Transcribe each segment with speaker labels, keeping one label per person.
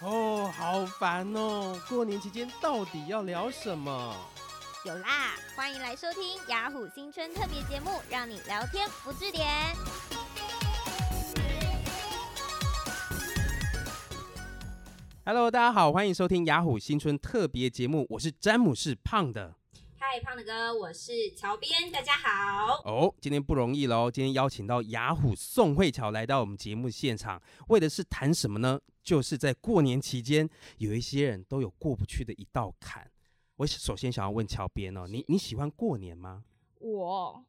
Speaker 1: 哦，好烦哦！过年期间到底要聊什么？
Speaker 2: 有啦，欢迎来收听雅虎新春特别节目，让你聊天不置点。
Speaker 1: Hello，大家好，欢迎收听雅虎新春特别节目，我是詹姆士胖的。
Speaker 2: 嗨，胖的哥，我是乔编，大家好。
Speaker 1: 哦，今天不容易喽，今天邀请到雅虎宋慧乔来到我们节目现场，为的是谈什么呢？就是在过年期间，有一些人都有过不去的一道坎。我首先想要问乔编哦，你你喜欢过年吗？
Speaker 2: 我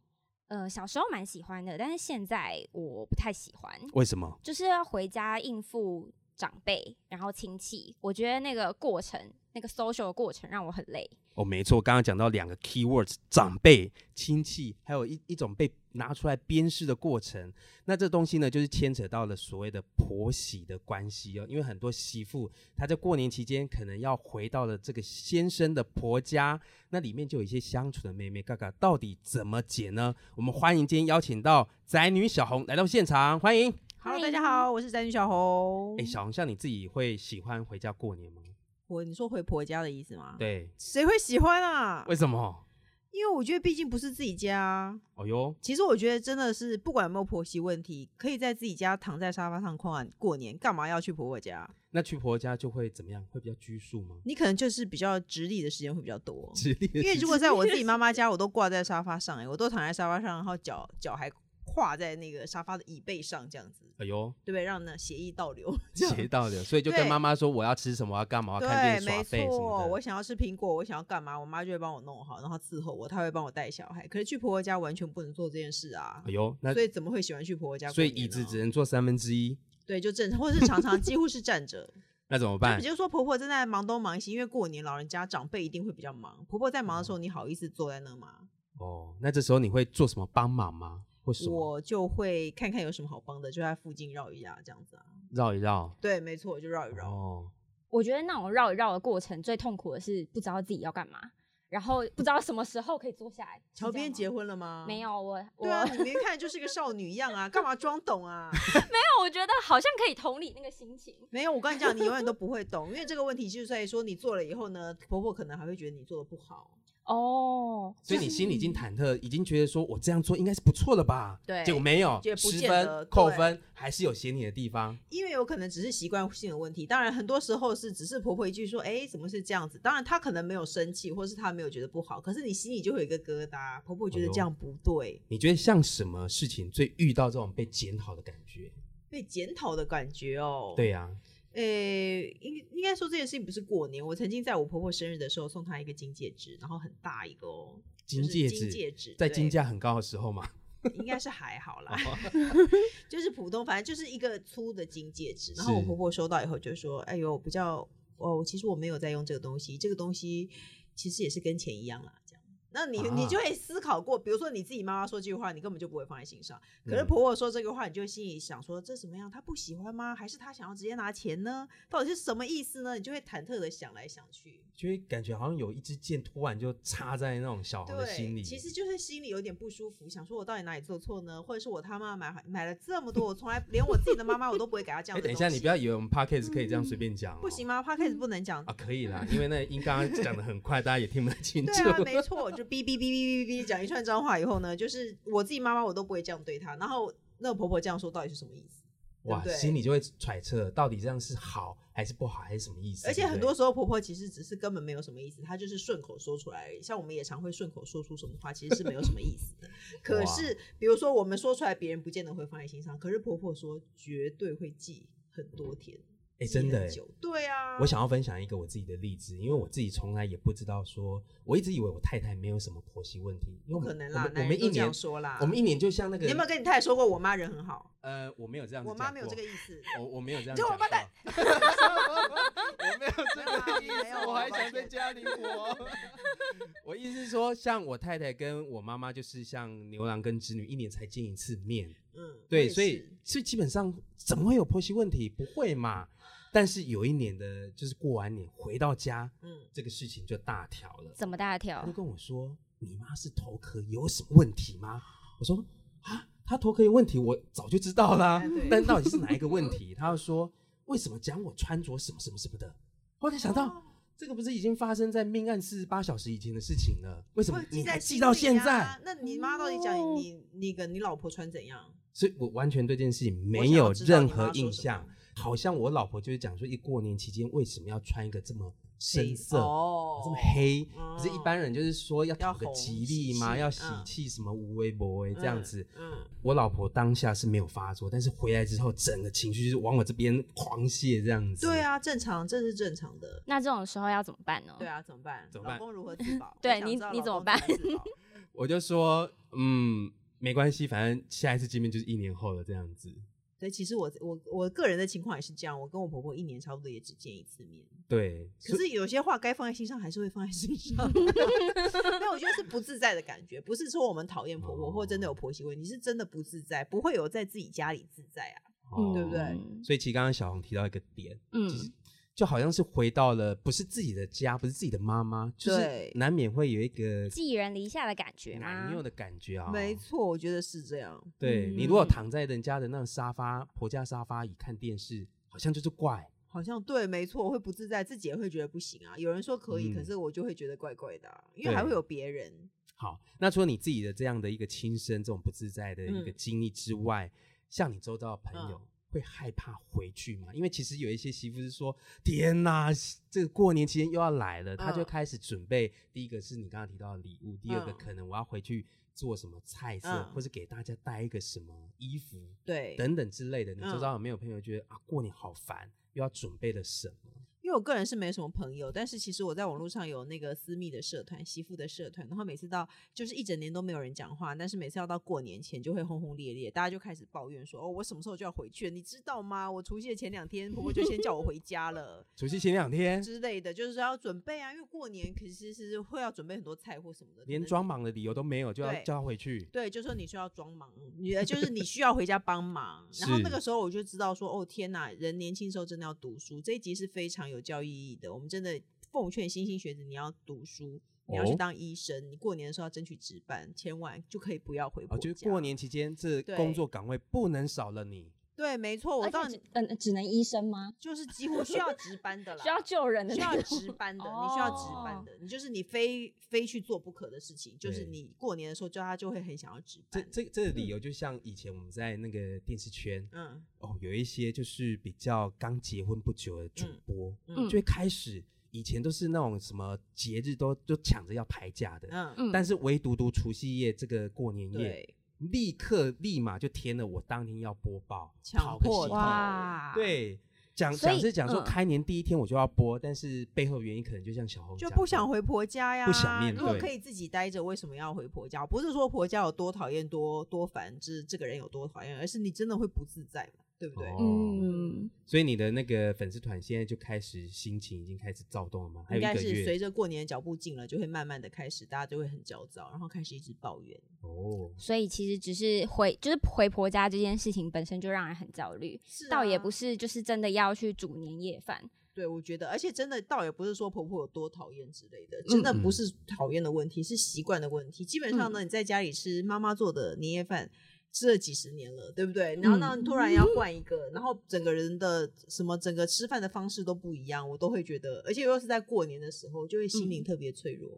Speaker 2: 呃小时候蛮喜欢的，但是现在我不太喜欢，
Speaker 1: 为什么？
Speaker 2: 就是要回家应付长辈，然后亲戚，我觉得那个过程，那个 social 的过程让我很累。
Speaker 1: 哦，没错，刚刚讲到两个 key words，长辈、亲戚，还有一一种被拿出来鞭尸的过程。那这东西呢，就是牵扯到了所谓的婆媳的关系哦，因为很多媳妇她在过年期间可能要回到了这个先生的婆家，那里面就有一些相处的妹妹嘎嘎，到底怎么解呢？我们欢迎今天邀请到宅女小红来到现场，欢迎。
Speaker 3: Hello，大家好，我是宅女小红。
Speaker 1: 哎，小红，像你自己会喜欢回家过年吗？
Speaker 3: 我你说回婆家的意思吗？，
Speaker 1: 对，
Speaker 3: 谁会喜欢啊
Speaker 1: 为？什么？
Speaker 3: 因为我觉得毕竟不是自己家啊。
Speaker 1: 哦哟，
Speaker 3: 其实我觉得真的是不管有没有婆媳问题，可以在自己家躺在沙发上过过年，干嘛要去婆婆家？
Speaker 1: 那去婆家就会怎么样？会比较拘束吗？
Speaker 3: 你可能就是比较直立的时间会比较多。
Speaker 1: 直立的
Speaker 3: 因为
Speaker 1: 直
Speaker 3: 如果在我自己妈 妈家，我都挂在沙发上、欸，我都躺在沙发上，然后脚脚还跨在那个沙发的椅背上，这样子，
Speaker 1: 哎呦，
Speaker 3: 对不对？让那血液倒流。这样
Speaker 1: 邪道 的，所以就跟
Speaker 3: 对
Speaker 1: 妈妈说我要吃什么，我要干嘛，我要看电
Speaker 3: 对，
Speaker 1: 视耍
Speaker 3: 没
Speaker 1: 废什
Speaker 3: 错，
Speaker 1: 么
Speaker 3: 我
Speaker 1: 的。
Speaker 3: 想要吃苹果，我想要干嘛，我妈就会帮我弄好，然后伺候我，她会帮我带小孩。可是去婆婆家完全不能做这件事啊
Speaker 1: 哎，呦，那
Speaker 3: 所以怎么会喜欢去婆婆家过
Speaker 1: 所以
Speaker 3: 年呢？
Speaker 1: 椅子只能坐三分之一，
Speaker 3: 对，就正常，或者是常常几乎是站 着。
Speaker 1: 那怎么
Speaker 3: 就
Speaker 1: 办
Speaker 3: 比？如说婆婆正在忙东忙西，因为过年老人家长辈一定会比较忙，婆婆在忙的时候，你好意思坐在那吗？
Speaker 1: 哦，那这时候你会做什么帮忙吗？或什么
Speaker 3: 我就会看看有什么好帮的，就在附近绕一下这样子啊。
Speaker 1: 绕一绕？
Speaker 3: 对，没错，就绕一绕。
Speaker 1: 哦，
Speaker 2: 我觉得那种绕一绕的过程最痛苦的是不知道自己要干嘛，然后不知道什么时候可以坐下来。是
Speaker 3: 桥
Speaker 2: 这样
Speaker 3: 边
Speaker 2: 吗
Speaker 3: 结婚了吗？
Speaker 2: 没。有我，我
Speaker 3: 对啊，你别看就是个少女一样啊，干嘛装懂啊？
Speaker 2: 那我觉得好像可以同理那个心情。
Speaker 3: 没有，我跟你讲，你永远都不会懂，因为这个问题就是在于说，你做了以后呢，婆婆可能还会觉得你做的不好。
Speaker 2: 哦，
Speaker 1: 所以你心里已经忐忑，已经觉得说我这样做应该是不错了吧？
Speaker 3: 对
Speaker 1: 结果没有
Speaker 3: 结，果不
Speaker 1: 十
Speaker 3: 见
Speaker 1: 分
Speaker 3: 得
Speaker 1: 扣
Speaker 3: 对
Speaker 1: 分，还是有嫌你的地方。
Speaker 3: 因为有可能只是习惯性的问题，当然很多时候是只是婆婆一句说，哎，怎么是这样子？当然她可能没有生气，或是她没有觉得不好，可是你心里就会有一个疙瘩，婆婆觉
Speaker 1: 哦
Speaker 3: 得这样不对，
Speaker 1: 你觉得像什么事情最遇到这种被检讨的感觉？
Speaker 3: 被检讨的感觉哦。
Speaker 1: 对啊呀，
Speaker 3: 诶，应应该说这件事情不是过年，我曾经在我婆婆生日的时候送她一个金戒指，然后很大一个哦，
Speaker 1: 金
Speaker 3: 就是
Speaker 1: 戒
Speaker 3: 金
Speaker 1: 指
Speaker 3: 戒指
Speaker 1: 在
Speaker 3: 对
Speaker 1: 金价很高的时候嘛，
Speaker 3: 应该是还好啦，
Speaker 1: 哦
Speaker 3: 就是普通，反正就是一个粗的金戒指。然后
Speaker 1: 是
Speaker 3: 我婆婆收到以后就说：“哎呦，我比较哦，其实我没有在用这个东西，这个东西其实也是跟钱一样啦。”这样，那你、
Speaker 1: 啊
Speaker 3: 你就会思考过，比如说你自己妈妈说这句话，你根本就不会放在心上。可是
Speaker 1: 嗯
Speaker 3: 婆婆说这个话，你就心里想说：这什么样？她不喜欢吗？还是她想要直接拿钱呢？到底是什么意思呢？你就会忐忑的想来想去。
Speaker 1: 就会感觉好像有一支箭突然就插在那种小红的心里。
Speaker 3: 其实就是心里有点不舒服，想说我到底哪里做错呢？或者是我他妈买买了这么多，我从来连我自己的妈妈我都不会给她
Speaker 1: 哎、
Speaker 3: 这样的
Speaker 1: 等
Speaker 3: 东
Speaker 1: 一
Speaker 3: 西。嗯
Speaker 1: 下，你不要以为我们 podcast 可以这样随便讲、哦
Speaker 3: 不行吗 p o d c a s 不能讲。
Speaker 1: 啊，可以啦，因为那音 刚刚讲的很快，大家也听不太清楚。
Speaker 3: 对啊，没错，就哔哔哔哔哔哔讲一串脏话以后呢，就是我自己妈妈我都不会这样对她，然后那个婆婆这样说到底是什么意思？
Speaker 1: 哇，
Speaker 3: 对不对
Speaker 1: 心里就会揣测到底这样是好还是不好，还是什么意思？
Speaker 3: 而且
Speaker 1: 对不
Speaker 3: 很
Speaker 1: 对
Speaker 3: 多时候婆婆其实只是根本没有什么意思，她就是顺口说出来而已。像我们也常会顺口说出什么话，其实是没有什么意 思的。可是比如说我们说出来，别人不见得会放在心上，可是婆婆说绝对会记很多天，
Speaker 1: 哎、
Speaker 3: 记
Speaker 1: 真的、
Speaker 3: 很
Speaker 1: 哎
Speaker 3: 久。对啊，
Speaker 1: 我想要分享一个我自己的例子，因为我自己从来也不知道说，我一直以为我太太没有什么婆媳问题，因为
Speaker 3: 不
Speaker 1: 我
Speaker 3: 可
Speaker 1: 们
Speaker 3: 能
Speaker 1: 我
Speaker 3: 啦，
Speaker 1: 们我
Speaker 3: 男
Speaker 1: 们
Speaker 3: 人
Speaker 1: 一
Speaker 3: 都这
Speaker 1: 年
Speaker 3: 样说啦。
Speaker 1: 我们一年就像那个
Speaker 3: 你有没有跟你太太说过，我妈人很好？
Speaker 1: 呃，我没有这样子
Speaker 3: 我
Speaker 1: 讲过，
Speaker 3: 妈没有这个意 思。
Speaker 1: 我我没有这样
Speaker 3: 你给我
Speaker 1: 讲
Speaker 3: 妈蛋
Speaker 1: 过 我没有这
Speaker 3: 没有啊
Speaker 1: 个意
Speaker 3: 你没有
Speaker 1: 思，我
Speaker 3: 我
Speaker 1: 还
Speaker 3: 抱
Speaker 1: 想再
Speaker 3: 歉
Speaker 1: 加你我。 我意思是说，像我太太跟我妈妈，就是像牛郎跟织女，一年才见一次面。
Speaker 3: 嗯，我
Speaker 1: 对，
Speaker 3: 也
Speaker 1: 所以
Speaker 3: 是
Speaker 1: 是基本上怎么会有婆媳问题？不会嘛。但是有一年的，就是过完年回到家，
Speaker 3: 嗯，
Speaker 1: 这个事情就大条了。
Speaker 2: 怎么大条
Speaker 1: 他就？跟我说：“你妈是头壳有什么问题吗？”我说：“啊，她头壳有问题，我早就知道啦、
Speaker 3: 哎对
Speaker 1: 但到底是哪一个问题？”他就说：“为什么讲我穿着什么什么什么的？后来想到、
Speaker 3: 哦
Speaker 1: 这个不是已经发生在命案四十八小时以前的事情了？为什么
Speaker 3: 会
Speaker 1: 你
Speaker 3: 哦记
Speaker 1: 还
Speaker 3: 在
Speaker 1: 记
Speaker 3: 心
Speaker 1: 到
Speaker 3: 里
Speaker 1: 现
Speaker 3: 啊
Speaker 1: 在？？
Speaker 3: 那你妈到底讲
Speaker 2: 哦
Speaker 3: 你那个你老婆穿怎样？
Speaker 1: 所以我完全对这件事情
Speaker 3: 我
Speaker 1: 没
Speaker 3: 想要
Speaker 1: 有
Speaker 3: 知道
Speaker 1: 任
Speaker 3: 你妈
Speaker 1: 何
Speaker 3: 说
Speaker 1: 印
Speaker 3: 什么
Speaker 1: 象。好像我老婆就是讲说，一过年期间为什么要穿一个这么
Speaker 3: 黑
Speaker 1: 深色、
Speaker 3: 哦，
Speaker 1: 这么黑？
Speaker 3: 哦
Speaker 1: 可是，一般人就是说要
Speaker 3: 要
Speaker 1: 讨个
Speaker 3: 红
Speaker 1: 吉利嘛，
Speaker 3: 喜
Speaker 1: 要
Speaker 3: 嗯
Speaker 1: 喜气什么无微不微这样子。
Speaker 3: 嗯，
Speaker 1: 我老婆当下是没有发作，但是回来之后，整个情绪就是往我这边狂泻这样子。
Speaker 3: 对，啊，正常，这是正常的。
Speaker 2: 那这种时候要怎么办呢？
Speaker 3: 对啊，怎么办？
Speaker 1: 怎么
Speaker 3: 老
Speaker 1: 办
Speaker 3: 公如 何自保？
Speaker 2: 对
Speaker 3: 我想
Speaker 2: 你
Speaker 3: 知道
Speaker 2: 你
Speaker 3: 老
Speaker 2: 怎么
Speaker 3: 公
Speaker 2: 办
Speaker 3: 自 保？
Speaker 1: 我就说，嗯，没关系，反正下一次见面就是一年后了这样子。
Speaker 3: 对，其实我我我个人的情况也是这样，我跟我婆婆一年差不多也只见一次面。
Speaker 1: 对，
Speaker 3: 可
Speaker 1: 所以
Speaker 3: 是有些话该放在心上，还是会放在心上。 那我觉得是不自在的感觉，不是说我们讨厌婆婆或真的
Speaker 1: 哦
Speaker 3: 有婆媳问题，是真的不自在，不会有在自己家里自在啊。
Speaker 1: 哦
Speaker 3: 对不对
Speaker 2: 嗯
Speaker 1: 所以其实刚刚小红提到一个点，其实
Speaker 2: 嗯，
Speaker 1: 就好像是回到了不是自己的家，不是自己的妈妈，就是
Speaker 3: 对
Speaker 1: 难免会有一个
Speaker 2: 寄人篱下的感觉吗
Speaker 1: 难？拗的感觉啊。
Speaker 3: 没错，我觉得是这样。
Speaker 1: 对
Speaker 2: 嗯
Speaker 1: 你如果躺在人家的那种沙发婆家沙发椅看电视，好像就是怪。
Speaker 3: 好像对，没错，会不自在，自己也会觉得不行啊。有人说可以，可
Speaker 1: 嗯
Speaker 3: 是我就会觉得怪怪的、啊，因为还
Speaker 1: 对
Speaker 3: 会有别人。
Speaker 1: 好，那除了你自己的这样的一个亲身这种不自在的一个
Speaker 3: 嗯
Speaker 1: 经历之外，像你周遭的朋
Speaker 3: 嗯
Speaker 1: 友。会害怕回去吗？因为其实有一些媳妇是说：“天哪，这个过年期间又要来了。她就
Speaker 3: 嗯
Speaker 1: 开始准备，第一个是你刚刚提到的礼物，第二个
Speaker 3: 嗯
Speaker 1: 可能我要回去做什么菜色，
Speaker 3: 嗯
Speaker 1: 或是给大家带一个什么衣服
Speaker 3: 对，
Speaker 1: 等等之类的。你周
Speaker 3: 嗯
Speaker 1: 遭有没有朋友觉得、啊，过年好烦，又要准备了什么？
Speaker 3: 因为我个人是没什么朋友，但是其实我在网络上有那个私密的社团、媳妇的社团，然后每次到就是一整年都没有人讲话，但是每次要到过年前就会轰轰烈烈，大家就开始抱怨说：“哦，我什么时候就要回去了？你知道吗？我除夕的前两天，婆婆就先叫我回家 了
Speaker 1: 除夕前两天，
Speaker 3: 之类的，就是说要准备啊，因为过年其实是会要准备很多菜或什么的，
Speaker 1: 连
Speaker 3: 可能
Speaker 1: 装忙的理由都没有，就要
Speaker 3: 对
Speaker 1: 叫她回去。
Speaker 3: 对，就说你需要装忙，你呃就是你需要回家帮忙。然后
Speaker 1: 是
Speaker 3: 那个时候我就知道说，哦天哪，人年轻时候真的要读书。这一集是非常有教育意义的，我们真的奉劝新兴学子，你要读书，你要去
Speaker 1: 哦
Speaker 3: 当医生，你过年的时候要争取值班，千万就可以不要回
Speaker 1: 啊，
Speaker 3: 婆家。
Speaker 1: 就是过年期间，这
Speaker 3: 对
Speaker 1: 工作岗位不能少了你。
Speaker 3: 对，没错，我
Speaker 2: 而且
Speaker 3: 到
Speaker 2: 只嗯只能医生吗？
Speaker 3: 就是几乎需要值 班的啦，
Speaker 2: 需要救人的
Speaker 3: 需
Speaker 2: 那
Speaker 3: 要
Speaker 2: 种，
Speaker 3: 值班的，你需要值班
Speaker 2: 哦
Speaker 3: 的，你就是你非非去做不可的事情，就是
Speaker 1: 对
Speaker 3: 你过年的时候，就他就会很想要值
Speaker 1: 这
Speaker 3: 班。
Speaker 1: 这这个理由就像以前我们在那个电视圈、
Speaker 3: 嗯
Speaker 1: 哦，有一些就是比较刚结婚不久的主播，
Speaker 3: 嗯
Speaker 1: 就会开始以前都是那种什么节日都都抢着要排假的，
Speaker 3: 嗯，
Speaker 2: 嗯
Speaker 1: 但是唯独独除夕夜这个过年夜，
Speaker 3: 对。
Speaker 1: 立刻立马就填了我当天要播报，
Speaker 3: 强
Speaker 1: 讨个
Speaker 3: 迫
Speaker 1: 喜
Speaker 3: 的
Speaker 1: 好，
Speaker 2: 哇，，
Speaker 1: 对。讲
Speaker 2: 所以
Speaker 1: 讲是讲说
Speaker 2: 嗯
Speaker 1: 开年第一天我就要播，但是背后原因可能就像小红
Speaker 3: 就
Speaker 1: 讲
Speaker 3: 不
Speaker 1: 的
Speaker 3: 想回婆家呀，
Speaker 1: 不想面
Speaker 3: 如果
Speaker 1: 对
Speaker 3: 可以自己待着，为什么要回婆家？不是说婆家有多讨厌、多多烦，这这个人有多讨厌，而是你真的会不自在嘛，对不对？
Speaker 1: 哦
Speaker 2: 嗯，
Speaker 1: 所以你的那个粉丝团现在就开始心情已经开始躁动了吗？还有
Speaker 3: 应
Speaker 1: 一
Speaker 3: 该
Speaker 1: 个
Speaker 3: 是随
Speaker 1: 月
Speaker 3: 着过年的脚步近了，就会慢慢的开始，大家就会很焦躁，然后开始一直抱怨。
Speaker 1: 哦，
Speaker 2: 所以其实只是回，就是回婆家这件事情本身就让人很焦虑，
Speaker 3: 是
Speaker 2: 倒也
Speaker 3: 啊
Speaker 2: 不是就是真的要去煮年夜 饭，
Speaker 3: 对，我觉得，而且真的倒也不是说婆婆有多讨厌之类的，真的不是讨厌的问题，是习惯的问题。基本上呢，你在家里吃妈妈做的年夜饭。吃了几十年了，对不对？然后呢，
Speaker 2: 嗯
Speaker 3: 突然要换一个，然后整个人的什么，整个吃饭的方式都不一样，我都会觉得，而且又是在过年的时候，就会心灵特别脆弱。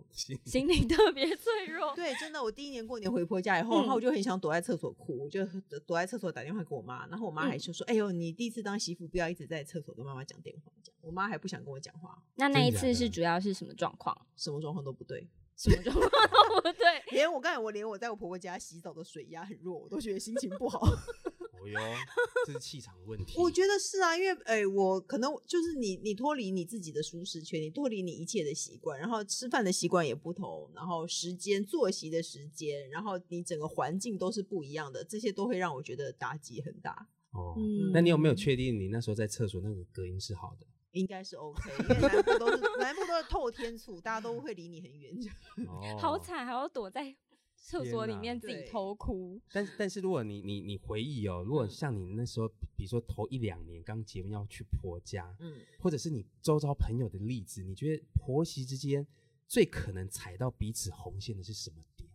Speaker 2: 心灵特别脆弱。
Speaker 3: 对，真的，我第一年过年回婆家以后，然后我就很想躲在厕所哭，我就躲在厕所打电话给我妈，然后我妈还就说：“哎呦，你第一次当媳妇，不要一直在厕所跟妈妈讲电话。”这样，我妈还不想跟我讲话，
Speaker 2: 那那一
Speaker 1: 真的假
Speaker 2: 次
Speaker 1: 的
Speaker 2: 是主要是什么状 况？
Speaker 3: 什么状况都不对。
Speaker 2: 什么状况 都不对？
Speaker 3: 连我刚才我连我在我婆婆家洗澡的水压很弱，我都觉得心情不好。
Speaker 1: 哦哟，这是气场问题。
Speaker 3: 我觉得是啊，因为哎、我可能就是你，你脱离你自己的舒适圈，你脱离你一切的习惯，然后吃饭的习惯也不同，然后时间作息的时间，然后你整个环境都是不一样的，这些都会让我觉得打击很大。
Speaker 1: 哦，
Speaker 2: 嗯
Speaker 1: 那你有没有确定你那时候在厕所那个隔音是好 的？
Speaker 3: 应该是 OK，因为南部都是 南部都是透天厝，大家都会离你很远。
Speaker 1: 哦
Speaker 2: 好。惨，还要躲在厕
Speaker 1: 天
Speaker 2: 所里
Speaker 1: 哪
Speaker 2: 面自己
Speaker 3: 对
Speaker 2: 偷哭。
Speaker 1: 但是但是如果你你你回忆哦，如果
Speaker 3: 嗯
Speaker 1: 像你那时候，比如说头一两年刚结婚要去婆家，
Speaker 3: 嗯，
Speaker 1: 或者是你周遭朋友的例子，你觉得婆媳之间最可能踩到彼此红线的是什么点？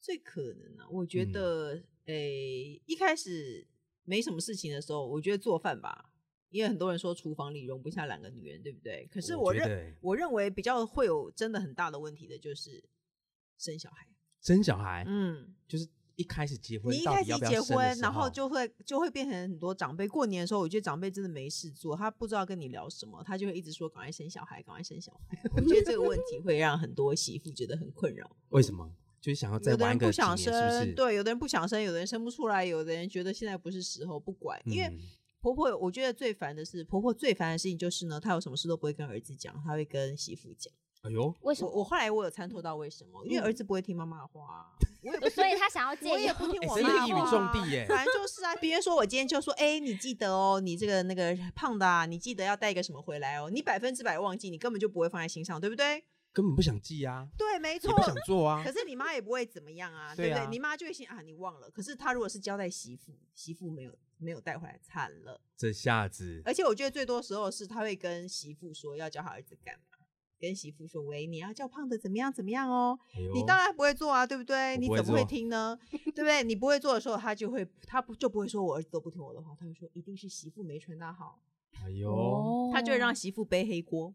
Speaker 3: 最可能啊，我觉
Speaker 1: 嗯
Speaker 3: 得，诶、一开始没什么事情的时候，我觉得做饭吧，因为很多人说厨房里容不下两个女人，对不对？可是
Speaker 1: 我
Speaker 3: 我
Speaker 1: 觉得
Speaker 3: 认
Speaker 1: 欸
Speaker 3: 我认为比较会有真的很大的问题的就是生小孩。
Speaker 1: 生小孩，
Speaker 3: 嗯，
Speaker 1: 就是一开始结婚，
Speaker 3: 你一
Speaker 1: 到底
Speaker 3: 开始
Speaker 1: 要
Speaker 3: 一
Speaker 1: 不要
Speaker 3: 结
Speaker 1: 生的
Speaker 3: 婚，
Speaker 1: 时
Speaker 3: 然后
Speaker 1: 候
Speaker 3: 就会就会变成很多长辈。过年的时候，我觉得长辈真的没事做，他不知道跟你聊什么，他就会一直说赶快生小孩，赶快生小孩。我觉得这个问题会让很多媳妇觉得很困扰。
Speaker 1: 为什么就是想要再
Speaker 3: 有的
Speaker 1: 玩
Speaker 3: 人
Speaker 1: 个
Speaker 3: 不
Speaker 1: 几年，
Speaker 3: 想
Speaker 1: 是
Speaker 3: 生，
Speaker 1: 不是？
Speaker 3: 对，有的人不想生，有的人生不出来，有的人觉得现在不是时候，不管。因为
Speaker 1: 嗯
Speaker 3: 婆婆，我觉得最烦的是婆婆最烦的事情就是呢，她有什么事都不会跟儿子讲，她会跟媳妇讲。
Speaker 1: 哎呦，
Speaker 2: 为什
Speaker 3: 我
Speaker 2: 么？
Speaker 3: 我后来我有参透到为什么，因为
Speaker 1: 嗯
Speaker 3: 儿子不会听妈妈的 话啊，我也不
Speaker 2: 呃所以他想要
Speaker 3: 我
Speaker 2: 借
Speaker 3: 也
Speaker 2: 由
Speaker 3: 不听
Speaker 1: 哎
Speaker 3: 我
Speaker 1: 真
Speaker 3: 妈
Speaker 1: 的
Speaker 3: 的
Speaker 1: 一语哎
Speaker 3: 话
Speaker 1: 中
Speaker 3: 啊
Speaker 1: 的耶
Speaker 3: 反正就是啊，别人说我今天就说，哎、你记得哦，你这个那个胖的啊，你记得要带一个什么回来哦，你百分之百忘记，你根本就不会放在心上，对不对？
Speaker 1: 根本不想记啊，
Speaker 3: 对，没
Speaker 1: 也
Speaker 3: 错
Speaker 1: 不。想做啊
Speaker 3: 可。是你妈也不会怎么样啊，
Speaker 1: 对
Speaker 3: 对不
Speaker 1: 啊
Speaker 3: 对？你妈就会想啊，你忘了。可是她如果是交代媳妇，媳妇没有没有带回来，惨了。
Speaker 1: 这下子
Speaker 3: 而且我觉得最多时候是她会跟媳妇说要教她儿子干嘛，跟媳妇说喂，你要叫胖的怎么样怎么样哦。你当
Speaker 1: 然
Speaker 3: 然不会做啊，对不对？
Speaker 1: 我
Speaker 3: 你
Speaker 1: 不会
Speaker 3: 怎么会
Speaker 1: 做
Speaker 3: 听呢？对不对？你不会做的时候，他就会，他不就不会说我儿子都不听我的话，他会说一定是媳妇没传达好，
Speaker 1: 哎呦，
Speaker 3: 他就会让媳妇背黑锅。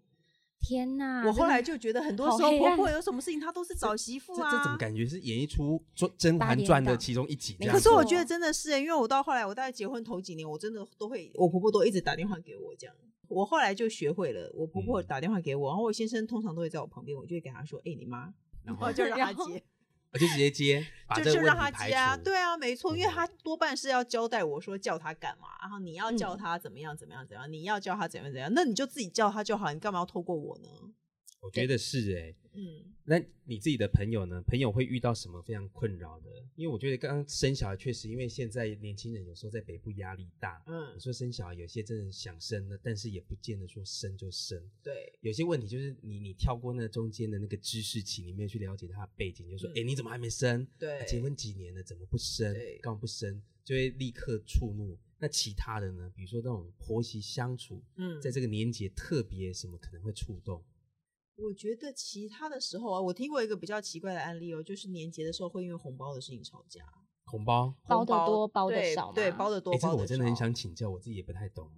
Speaker 2: 天哪！
Speaker 3: 我后来
Speaker 2: 哦啊真
Speaker 3: 就觉得很多
Speaker 2: 好
Speaker 3: 时候
Speaker 2: 黑
Speaker 3: 婆
Speaker 2: 暗
Speaker 3: 婆有什么事情，她都是找
Speaker 1: 这
Speaker 3: 媳妇啊。
Speaker 1: 这怎么感觉是演一出《甄甄
Speaker 2: 八
Speaker 1: 嬛
Speaker 2: 点
Speaker 1: 传》的
Speaker 2: 档
Speaker 1: 其中一集这
Speaker 2: 没
Speaker 1: 样
Speaker 3: 可
Speaker 1: 子？哦
Speaker 3: 是我
Speaker 2: 错
Speaker 3: 觉得真的是欸、因为我到后来，我大概结婚头几年，我真的都会，我婆婆都一直打电话给我这样。我后来就学会了，我婆婆
Speaker 1: 嗯
Speaker 3: 打电话给我，然后我先生通常都会在我旁边，我就会给他说：“哎、你妈。”
Speaker 1: 然
Speaker 3: 我
Speaker 1: 后
Speaker 3: 就让他
Speaker 2: 然后
Speaker 3: 接，
Speaker 1: 我就直接接，把
Speaker 3: 就
Speaker 1: 这个
Speaker 3: 就
Speaker 1: 问
Speaker 3: 让
Speaker 1: 题
Speaker 3: 他
Speaker 1: 排
Speaker 3: 接啊，
Speaker 1: 除
Speaker 3: 对啊，没错，因为
Speaker 1: 嗯
Speaker 3: 他多半是要交代我说叫他干嘛，然后你要
Speaker 2: 嗯
Speaker 3: 叫他怎么样怎么样怎么样，你要叫他怎样怎样，那你就自己叫他就好，你干嘛要透过我呢？
Speaker 1: 我觉得是哎、
Speaker 3: 嗯，
Speaker 1: 那你自己的朋友呢？朋友会遇到什么非常困扰的？因为我觉得刚刚生小孩确实，因为现在年轻人有时候在北部压力大，
Speaker 3: 嗯
Speaker 1: 你，说生小孩，有些真的想生的，但是也不见得说生就生。
Speaker 3: 对，
Speaker 1: 有些问题就是你你跳过那中间的那个知识期，你没有去了解他的背景，就说哎、
Speaker 3: 嗯
Speaker 1: 诶你怎么还没生？
Speaker 3: 对
Speaker 1: 啊结婚几年了，怎么不生
Speaker 3: 对？
Speaker 1: 干嘛不生？就会立刻触怒。那其他的呢？比如说那种婆媳相处，
Speaker 3: 嗯，
Speaker 1: 在这个年节特别什么可能会触动？
Speaker 3: 我觉得其他的时候啊，我听过一个比较奇怪的案例哦，就是年节的时候会因为红包的事情吵架，
Speaker 1: 红包，
Speaker 2: 包
Speaker 3: 红
Speaker 2: 得多包得
Speaker 3: 对
Speaker 2: 少
Speaker 3: 对，
Speaker 2: 吗
Speaker 3: 包的多，
Speaker 1: 哎、这个
Speaker 3: 包
Speaker 1: 我
Speaker 3: 得
Speaker 1: 真的很
Speaker 3: 少
Speaker 1: 想请教，我自己也不太懂。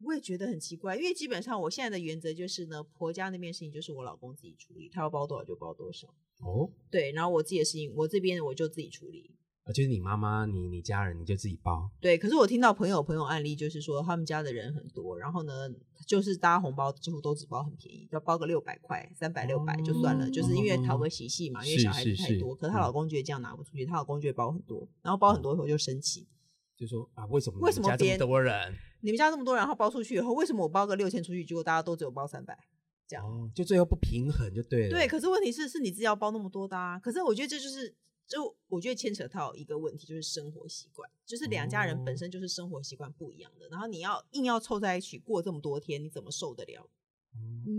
Speaker 3: 我也觉得很奇怪，因为基本上我现在的原则就是呢，婆家那边事情就是我老公自己处理，他要包多少就包多少，
Speaker 1: 哦，
Speaker 3: 对，然后我自己的事情我这边我就自己处理，
Speaker 1: 啊就是你妈妈、你你家人，你就自己包。
Speaker 3: 对，可是我听到朋友朋友案例，就是说他们家的人很多，然后呢，就是大家红包几乎都只包很便宜，要包个六百块、三百、六百就算了，
Speaker 2: 哦
Speaker 3: 就是因为讨个喜气嘛，因为
Speaker 1: 哦是
Speaker 3: 小孩子
Speaker 1: 是
Speaker 3: 太
Speaker 1: 是嗯
Speaker 3: 多。可是她老公觉得这样拿不出去，她老公就会包很多，然后包很多以后就生气，
Speaker 1: 就说啊，为什么
Speaker 3: 为
Speaker 1: 你
Speaker 3: 什
Speaker 1: 们家
Speaker 3: 么
Speaker 1: 这
Speaker 3: 别
Speaker 1: 么
Speaker 3: 人
Speaker 1: 多人？
Speaker 3: 你们家这么多人，然后包出去以后，为什么我包个六千出去，结果大家都只有包三百？这样
Speaker 1: 哦，就最后不平衡就对了。
Speaker 3: 对，可是问题是，是你自己要包那么多的啊。可是我觉得这就是，就我觉得牵扯到一个问题，就是生活习惯，就是两家人
Speaker 1: 哦
Speaker 3: 本身就是生活习惯不一样的，然后你要硬要凑在一起过这么多天，你怎么受得了？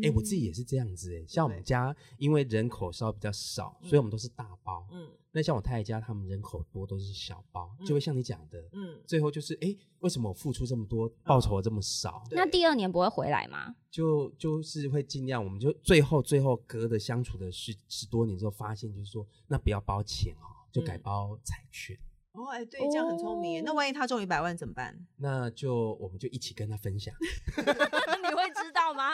Speaker 1: 哎、我自己也是这样子哎、像我们
Speaker 3: 对
Speaker 1: 家因为人口稍微比较少，所以我们都是大包。
Speaker 3: 嗯
Speaker 1: 那像我太太家，他们人口多都是小包，就会
Speaker 3: 嗯
Speaker 1: 像你讲的，
Speaker 3: 嗯，
Speaker 1: 最后就是哎、诶为什么我付出这么多，报酬这么少？
Speaker 3: 对
Speaker 2: 那第二年不会回来吗？
Speaker 1: 就就是会尽量，我们就最后最后隔的相处的十十多年之后，发现就是说，那不要包钱哦，就改
Speaker 3: 嗯
Speaker 1: 包彩券。
Speaker 3: 哦，哎，对，这样很聪明耶。那
Speaker 2: 哦
Speaker 3: 万一他中一百万怎么办？
Speaker 1: 那就我们就一起跟他分 享
Speaker 2: 你会知道吗？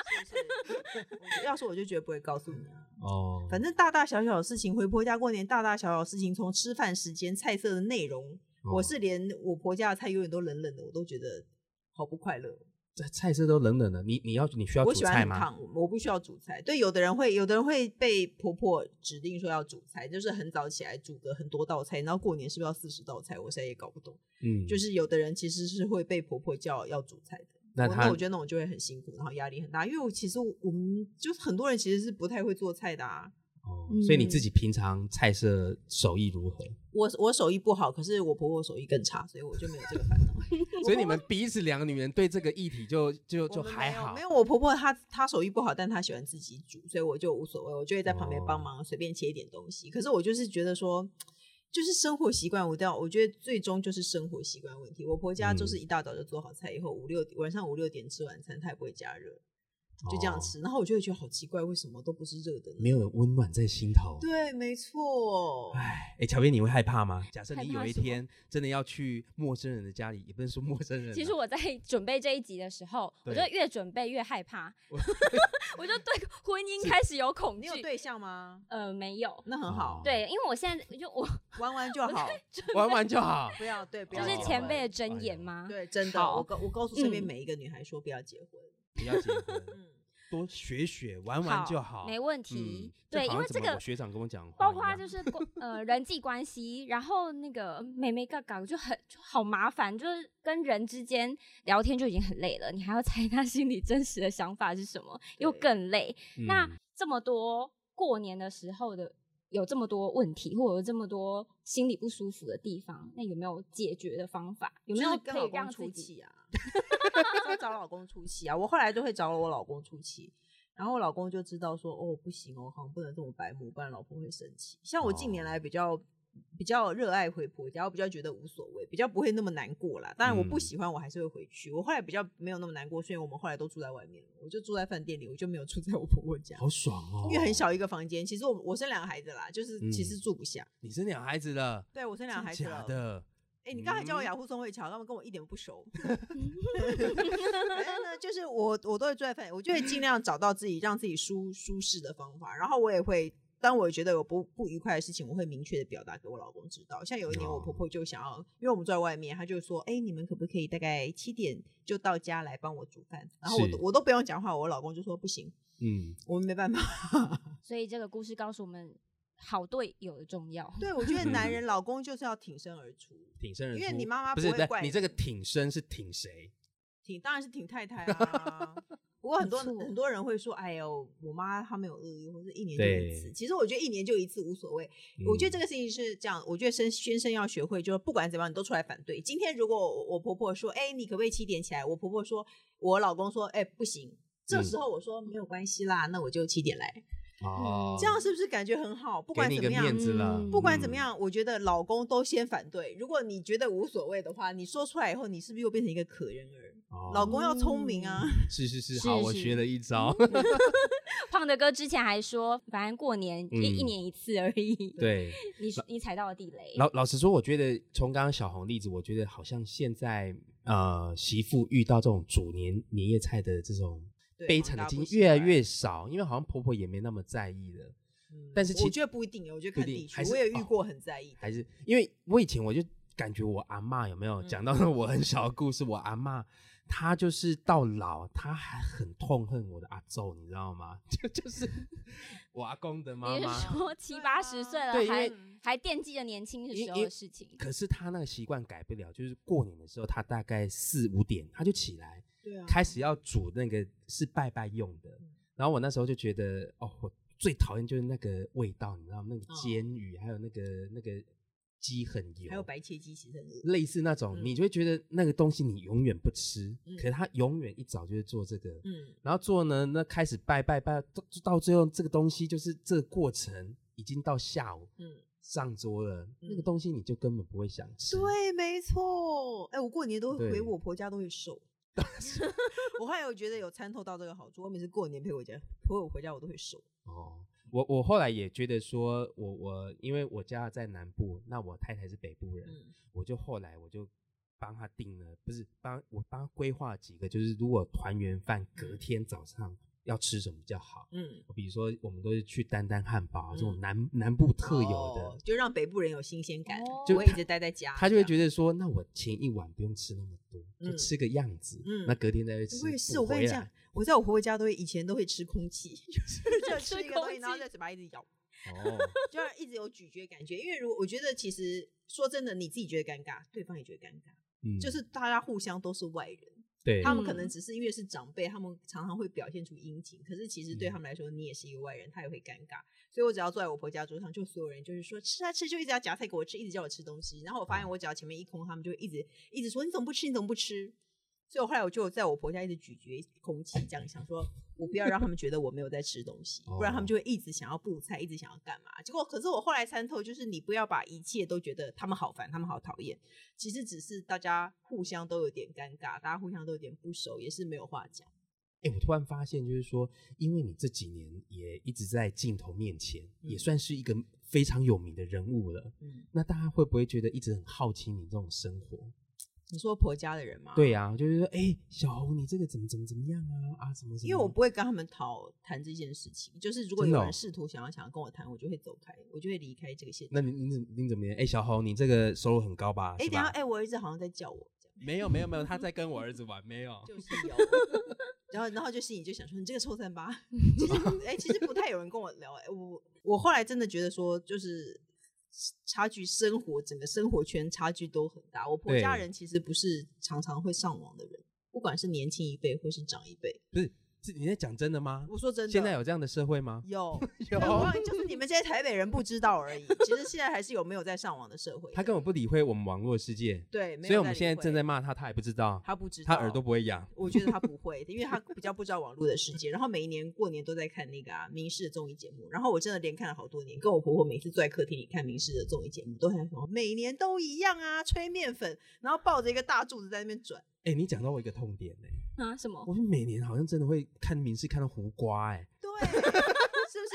Speaker 3: 我要是我就绝对不会告诉你啊。
Speaker 1: 哦。
Speaker 3: 反正大大小小的事情，回婆家过年，大大小小的事情，从吃饭时间、菜色的内容，
Speaker 1: 哦
Speaker 3: 我是连我婆家的菜永远都冷冷的，我都觉得好不快乐哦。
Speaker 1: 这菜色都冷冷的，你你要你需要煮
Speaker 3: 我喜欢
Speaker 1: 菜
Speaker 3: 很
Speaker 1: 吗？
Speaker 3: 烫，我不需要煮菜。对，有的人会，有的人会被婆婆指定说要煮菜，就是很早起来煮个很多道菜，然后过年是不是要四十道菜？我现在也搞不懂。
Speaker 1: 嗯，
Speaker 3: 就是有的人其实是会被婆婆叫要煮菜的。
Speaker 1: 那
Speaker 3: 我
Speaker 1: 他
Speaker 3: 那我觉得那种就会很辛苦，然后压力很大，因为我其实我们就是很多人其实是不太会做菜的啊。
Speaker 1: 哦，所以你
Speaker 2: 嗯
Speaker 1: 自己平常菜色手艺如何？
Speaker 3: 我我手艺不好，可是我婆婆手艺更差，所以我就没有这个烦恼。
Speaker 1: 所以你们彼此两个女人对这个议题就就
Speaker 3: 我
Speaker 1: 就
Speaker 3: 们
Speaker 1: 还
Speaker 3: 没有
Speaker 1: 好，
Speaker 3: 没有，我婆婆她她手艺不好，但她喜欢自己煮，所以我就无所谓，我就会在旁边帮
Speaker 1: 哦
Speaker 3: 忙，随便切一点东西。可是我就是觉得说，就是生活习惯，我都要，我觉得最终就是生活习惯问题。我婆家就是
Speaker 1: 嗯
Speaker 3: 一大早就做好菜，以后五六晚上五六点吃晚餐，她也不会加热。就这样
Speaker 1: 哦
Speaker 3: 吃。然后我就会觉得好奇怪，为什么都不是热的呢？
Speaker 1: 没有温暖在心头。
Speaker 3: 对，没错。
Speaker 1: 哎，哎，乔薇，你会害怕吗？假设
Speaker 2: 害
Speaker 1: 你
Speaker 2: 怕
Speaker 1: 有一
Speaker 2: 什么
Speaker 1: 天真的要去陌生人的家里，也不能说陌生人啊、
Speaker 2: 其实我在准备这一集的时候，我就
Speaker 1: 对
Speaker 2: 越准备越害怕，
Speaker 1: 我
Speaker 2: 我就对婚姻开始有恐
Speaker 3: 你有
Speaker 2: 惧。
Speaker 3: 对象吗？
Speaker 2: 呃，没有，
Speaker 3: 那很好
Speaker 1: 哦，
Speaker 2: 对，因为我现在就我
Speaker 3: 玩玩就好，
Speaker 1: 玩玩就好。
Speaker 3: 不要对，不
Speaker 2: 就
Speaker 3: 要
Speaker 2: 是
Speaker 3: 结
Speaker 2: 前
Speaker 3: 婚
Speaker 2: 辈的
Speaker 1: 哎呦
Speaker 2: 箴言嘛，
Speaker 3: 对，真的，
Speaker 2: 好
Speaker 3: 我告我告诉身边
Speaker 2: 嗯
Speaker 3: 每一个女孩说不要结婚。
Speaker 1: 不要结婚，
Speaker 3: 嗯，
Speaker 1: 多学学，玩玩就好。
Speaker 2: 没问
Speaker 1: 嗯
Speaker 2: 题。对，
Speaker 1: 好
Speaker 2: 因
Speaker 1: 像
Speaker 2: 为
Speaker 1: 怎
Speaker 2: 这
Speaker 1: 么
Speaker 2: 个
Speaker 1: 我学长跟我讲话
Speaker 3: 哦
Speaker 2: 包
Speaker 1: 一
Speaker 2: 括
Speaker 1: 样
Speaker 2: 就是关呃人际关系，然后那个妹妹嘎嘎就很就好麻烦，就是跟人之间聊天就已经很累了，你还要猜他心里真实的想法是什么，又
Speaker 3: 对
Speaker 2: 更累。那
Speaker 1: 嗯
Speaker 2: 这么多过年的时候的有这么多问题，或者有这么多心里不舒服的地方，那有没有解决的方法？有没
Speaker 3: 就
Speaker 2: 有
Speaker 3: 是跟
Speaker 2: 可
Speaker 3: 老
Speaker 2: 以让
Speaker 3: 公
Speaker 2: 自
Speaker 3: 出
Speaker 2: 己？
Speaker 3: 气啊？要找老公出气啊！我后来就会找我老公出气，然后我老公就知道说，哦，不行哦，好像不能这么白目，不然老婆会生气。像我近年来比较。比较热爱回婆家，我比较觉得无所谓，比较不会那么难过啦。当然，我不
Speaker 1: 嗯
Speaker 3: 喜欢，我还是会回去。我后来比较没有那么难过，是因为我们后来都住在外面了，我就住在饭店里，我就没有住在我婆婆家，
Speaker 1: 好爽哦，
Speaker 3: 因为很。小一个房间。其实我我生两个孩子啦，就是其实
Speaker 1: 嗯
Speaker 3: 住不下。
Speaker 1: 你生两孩子了，
Speaker 3: 对我
Speaker 1: 真
Speaker 3: 生两个孩子
Speaker 1: 假
Speaker 3: 了，
Speaker 1: 的？
Speaker 3: 哎、你刚才叫我
Speaker 1: 嗯
Speaker 3: 雅虎宋慧乔，他们跟我一点不熟。反正呢，就是我我都会做饭，我就会尽量找到自己让自己舒舒适的方法，然后我也会。当我觉得有不不愉快的事情，我会明确的表达给我老公知道。像有一年，我
Speaker 1: 哦
Speaker 3: 婆婆就想要，因为我们住在外面，她就说：“哎、你们可不可以大概七点就到家来帮我煮饭？”然后我
Speaker 1: 是
Speaker 3: 都我都不用讲话，我老公就说：“不行，
Speaker 1: 嗯，
Speaker 3: 我们没办法。”
Speaker 2: 所以这个故事告诉我们，好队友的重要。
Speaker 3: 对，我觉得
Speaker 1: 嗯
Speaker 3: 男人老公就是要挺身而出，
Speaker 1: 挺身而
Speaker 3: 因为
Speaker 1: 出
Speaker 3: 你妈妈
Speaker 1: 不
Speaker 3: 不
Speaker 1: 是
Speaker 3: 会
Speaker 1: 对
Speaker 3: 怪
Speaker 1: 你这个
Speaker 3: 你
Speaker 1: 挺身是挺谁？
Speaker 3: 挺当然是挺太太啊。不过很多
Speaker 2: 没错
Speaker 3: 很多人会说，哎呦，我妈她没有恶意，或者一年就
Speaker 1: 对嗯
Speaker 3: 一次。其实我觉得一年就一次无所谓。我觉得这
Speaker 1: 个
Speaker 3: 个事情是这样，我觉得先先生要学会，就是不管怎么样，你都出来反对。今天如果我我婆婆说，哎，你可不可以七点起来？我婆婆说，我老公说，哎，不行。这
Speaker 1: 嗯
Speaker 3: 时候我说没有关系啦，那我就七点来，
Speaker 1: 哦，
Speaker 3: 嗯这样是不是感觉很好？不
Speaker 1: 不
Speaker 3: 管
Speaker 1: 给你
Speaker 3: 怎
Speaker 1: 一个
Speaker 3: 么样
Speaker 1: 面，子了，
Speaker 2: 嗯
Speaker 3: 不管怎么
Speaker 1: 嗯，
Speaker 3: 样，我觉得老公都先反对。如果你觉得无所谓的话，你说出来以后，你是不是又变成一个可人儿？
Speaker 1: 哦
Speaker 3: 老公要嗯聪明啊。
Speaker 1: 是是是，
Speaker 2: 是
Speaker 1: 好，我
Speaker 2: 是
Speaker 1: 学了一招，
Speaker 2: 胖的哥之前还说，反正过年一、一
Speaker 1: 嗯
Speaker 2: 年一次而已。，
Speaker 1: 对。
Speaker 2: 你你踩到了地雷。
Speaker 1: 老老实说，我觉得从刚刚小红例子，我觉得好像现在呃媳妇遇到这种煮年年夜菜的这种
Speaker 3: 对
Speaker 1: 悲
Speaker 3: 好像
Speaker 1: 惨的
Speaker 3: 大家
Speaker 1: 经
Speaker 3: 不
Speaker 1: 历
Speaker 3: 习
Speaker 1: 越来
Speaker 3: 惯
Speaker 1: 越少，因为好像婆婆也没那么在意了。
Speaker 3: 嗯
Speaker 1: 但是其
Speaker 3: 我觉得不一定，我觉得
Speaker 1: 不一
Speaker 3: 看
Speaker 1: 定
Speaker 3: 地区
Speaker 1: 还，是
Speaker 3: 我也遇
Speaker 1: 哦
Speaker 3: 过很在意的，
Speaker 1: 还是因为我以前我就感觉我阿嬷有没有
Speaker 3: 嗯
Speaker 1: 讲到那我很小的故事，我阿嬷她就是到老，她还很痛恨我的阿昼，你知道吗？ 就就是我阿公的妈
Speaker 2: 你
Speaker 1: 妈
Speaker 2: 是。说七
Speaker 3: 对
Speaker 2: 八
Speaker 3: 啊嗯
Speaker 2: 十岁了
Speaker 1: 对因
Speaker 2: 还
Speaker 1: 为
Speaker 2: 还惦记着年轻的
Speaker 1: 因
Speaker 2: 时候
Speaker 1: 因
Speaker 2: 的事情？
Speaker 1: 可是她那个习惯改不了，就是过年的时候，她大概四五点她就起来，
Speaker 3: 对啊，
Speaker 1: 开始要煮那个是拜拜用的，
Speaker 3: 嗯
Speaker 1: 然后我那时候就觉得，哦，我最讨厌就是那个味道，你知道吗？那个
Speaker 3: 哦
Speaker 1: 煎鱼，还有那个那个鸡很油，
Speaker 3: 还有白切鸡其实很恶
Speaker 1: 类似那种，
Speaker 3: 嗯
Speaker 1: 你就会觉得那个东西你永远不吃，
Speaker 3: 嗯
Speaker 1: 可是他永远一早就会做这个，
Speaker 3: 嗯，
Speaker 1: 然后做呢，那开始拜拜拜，到到最后这个东西就是这个过程已经到下午，
Speaker 3: 嗯
Speaker 1: 上桌了，那个东西你就根本不会想吃，
Speaker 3: 对，没错。哎，我过年都会回
Speaker 1: 对
Speaker 3: 我婆家，都会瘦。 我后来有觉得有参透到这个好处，我每次过年陪我家陪我回家，我都会瘦。
Speaker 1: 哦，我我后来也觉得说，我我因为我家在南部，那我太太是北部人，
Speaker 3: 嗯，
Speaker 1: 我就后来我就帮他定了，不是帮我帮他规划几个，就是如果团圆饭隔天早上要吃什么比较好，
Speaker 3: 嗯，
Speaker 1: 比如说我们都是去丹丹汉堡、啊
Speaker 3: 嗯
Speaker 1: 这种南南部特有的，
Speaker 3: 哦就让北部人有新鲜感
Speaker 2: 哦，
Speaker 3: 不
Speaker 2: 就
Speaker 3: 会一直待在家，
Speaker 1: 他就会
Speaker 3: 得。
Speaker 1: 觉得说，那我前一晚不用吃那么多，就
Speaker 3: 嗯
Speaker 1: 吃个样子，
Speaker 3: 嗯
Speaker 1: 那隔天再去吃。
Speaker 3: 我也是，
Speaker 1: 补
Speaker 3: 我跟
Speaker 1: 回
Speaker 3: 你
Speaker 1: 来
Speaker 3: 讲，，我在我婆婆家都会以前都会吃空气， 就是就
Speaker 2: 吃
Speaker 3: 吃一个东
Speaker 2: 空
Speaker 3: 西，然后
Speaker 2: 气
Speaker 3: 在嘴巴一直咬，
Speaker 1: 哦，
Speaker 3: 就让一直有咀嚼感觉。因为如果我觉得其实说真的，你自己觉得尴尬，对方也觉得尴尬。
Speaker 1: 嗯，
Speaker 3: 就是大家互相都是外人，
Speaker 1: 对，
Speaker 3: 他们可能
Speaker 2: 嗯
Speaker 3: 只是因为是长辈，他们常常会表现出殷勤，可是其实对
Speaker 1: 嗯
Speaker 3: 他们来说，你也是一个外人，他也会尴尬。所以我只要坐在我婆家桌上，就所有人就是说吃啊吃，就一直要夹菜给我吃，一直叫我吃东西。然后我发现
Speaker 1: 哦
Speaker 3: 我只要前面一空，他们就会一直一直说你怎么不吃，你怎么不吃。所以我后来我就在我婆家一直咀嚼空气，这样想说，我不要让他们觉得我没有在吃东西，不然他们
Speaker 1: 哦
Speaker 3: 就会一直想要布菜，一直想要干嘛。结果可是我后来参透，就是你不要把一切都觉得他们好烦，他们好讨厌。其实只是大家互相都有点尴尬，大家互相都有点不熟，也是没有话讲。
Speaker 1: 哎，我突然发现，就是说，因为你这几年也一直在镜头面前，也
Speaker 3: 嗯
Speaker 1: 算是一个非常有名的人物了。
Speaker 3: 嗯，
Speaker 1: 那大家会不会觉得一直很好奇你这种生活？
Speaker 3: 你说婆家的人吗？
Speaker 1: 对呀、就是说，哎、小红，你这个怎么怎么怎么样啊？啊，怎么怎么？
Speaker 3: 因为我不会跟他们讨谈这件事情，就是如果
Speaker 1: 真的
Speaker 3: 有
Speaker 1: 哦
Speaker 3: 人试图想要想要跟我谈，我就会走开，我就会离开这个现场。
Speaker 1: 那你你怎你怎么？哎、小红，你这个收入很高吧？
Speaker 3: 哎、
Speaker 1: 是
Speaker 3: 等一下，
Speaker 1: 吧
Speaker 3: 哎、我儿子好像在叫我，这样
Speaker 1: 没有没有没有，他在跟我儿子玩，没有。
Speaker 3: 就是有。 然后，然后就心里就想说，你这个臭三八， 其实哎、其实不太有人跟我聊、哎，我我后来真的觉得说，就是差距，生活整个生活圈差距都很大。我婆家
Speaker 1: 对
Speaker 3: 人其实不是常常会上网的人，不管是年轻一辈或是长一辈。
Speaker 1: 是你在讲真的吗？
Speaker 3: 我说真的，
Speaker 1: 现在有这样的社会吗？
Speaker 3: 有 啊
Speaker 1: 有
Speaker 3: 但我忘了就是你们这些台北人不知道而已。其实现在还是有没有在上网的社会的，
Speaker 1: 他根本不理会我们网络世界，
Speaker 3: 对，没
Speaker 1: 所以
Speaker 3: 有
Speaker 1: 我们
Speaker 3: 理
Speaker 1: 现在
Speaker 3: 会
Speaker 1: 正在骂他，他也不知道，
Speaker 3: 他不知道，
Speaker 1: 他耳朵不会痒。
Speaker 3: 我觉得他不会，因为他比较不知道网络的世界。然后每一年过年都在看那个啊民视的综艺节目，然后我真的连看了好多年，跟我婆婆每次坐在客厅里看民视的综艺节目，都很说每年都一样啊，吹面粉，然后抱着一个大柱子在那边转。
Speaker 1: 哎、你讲到我一个痛点呢、
Speaker 2: 啊什么？
Speaker 1: 我们每年好像真的会看名视看到胡瓜哎、
Speaker 3: 对， 是不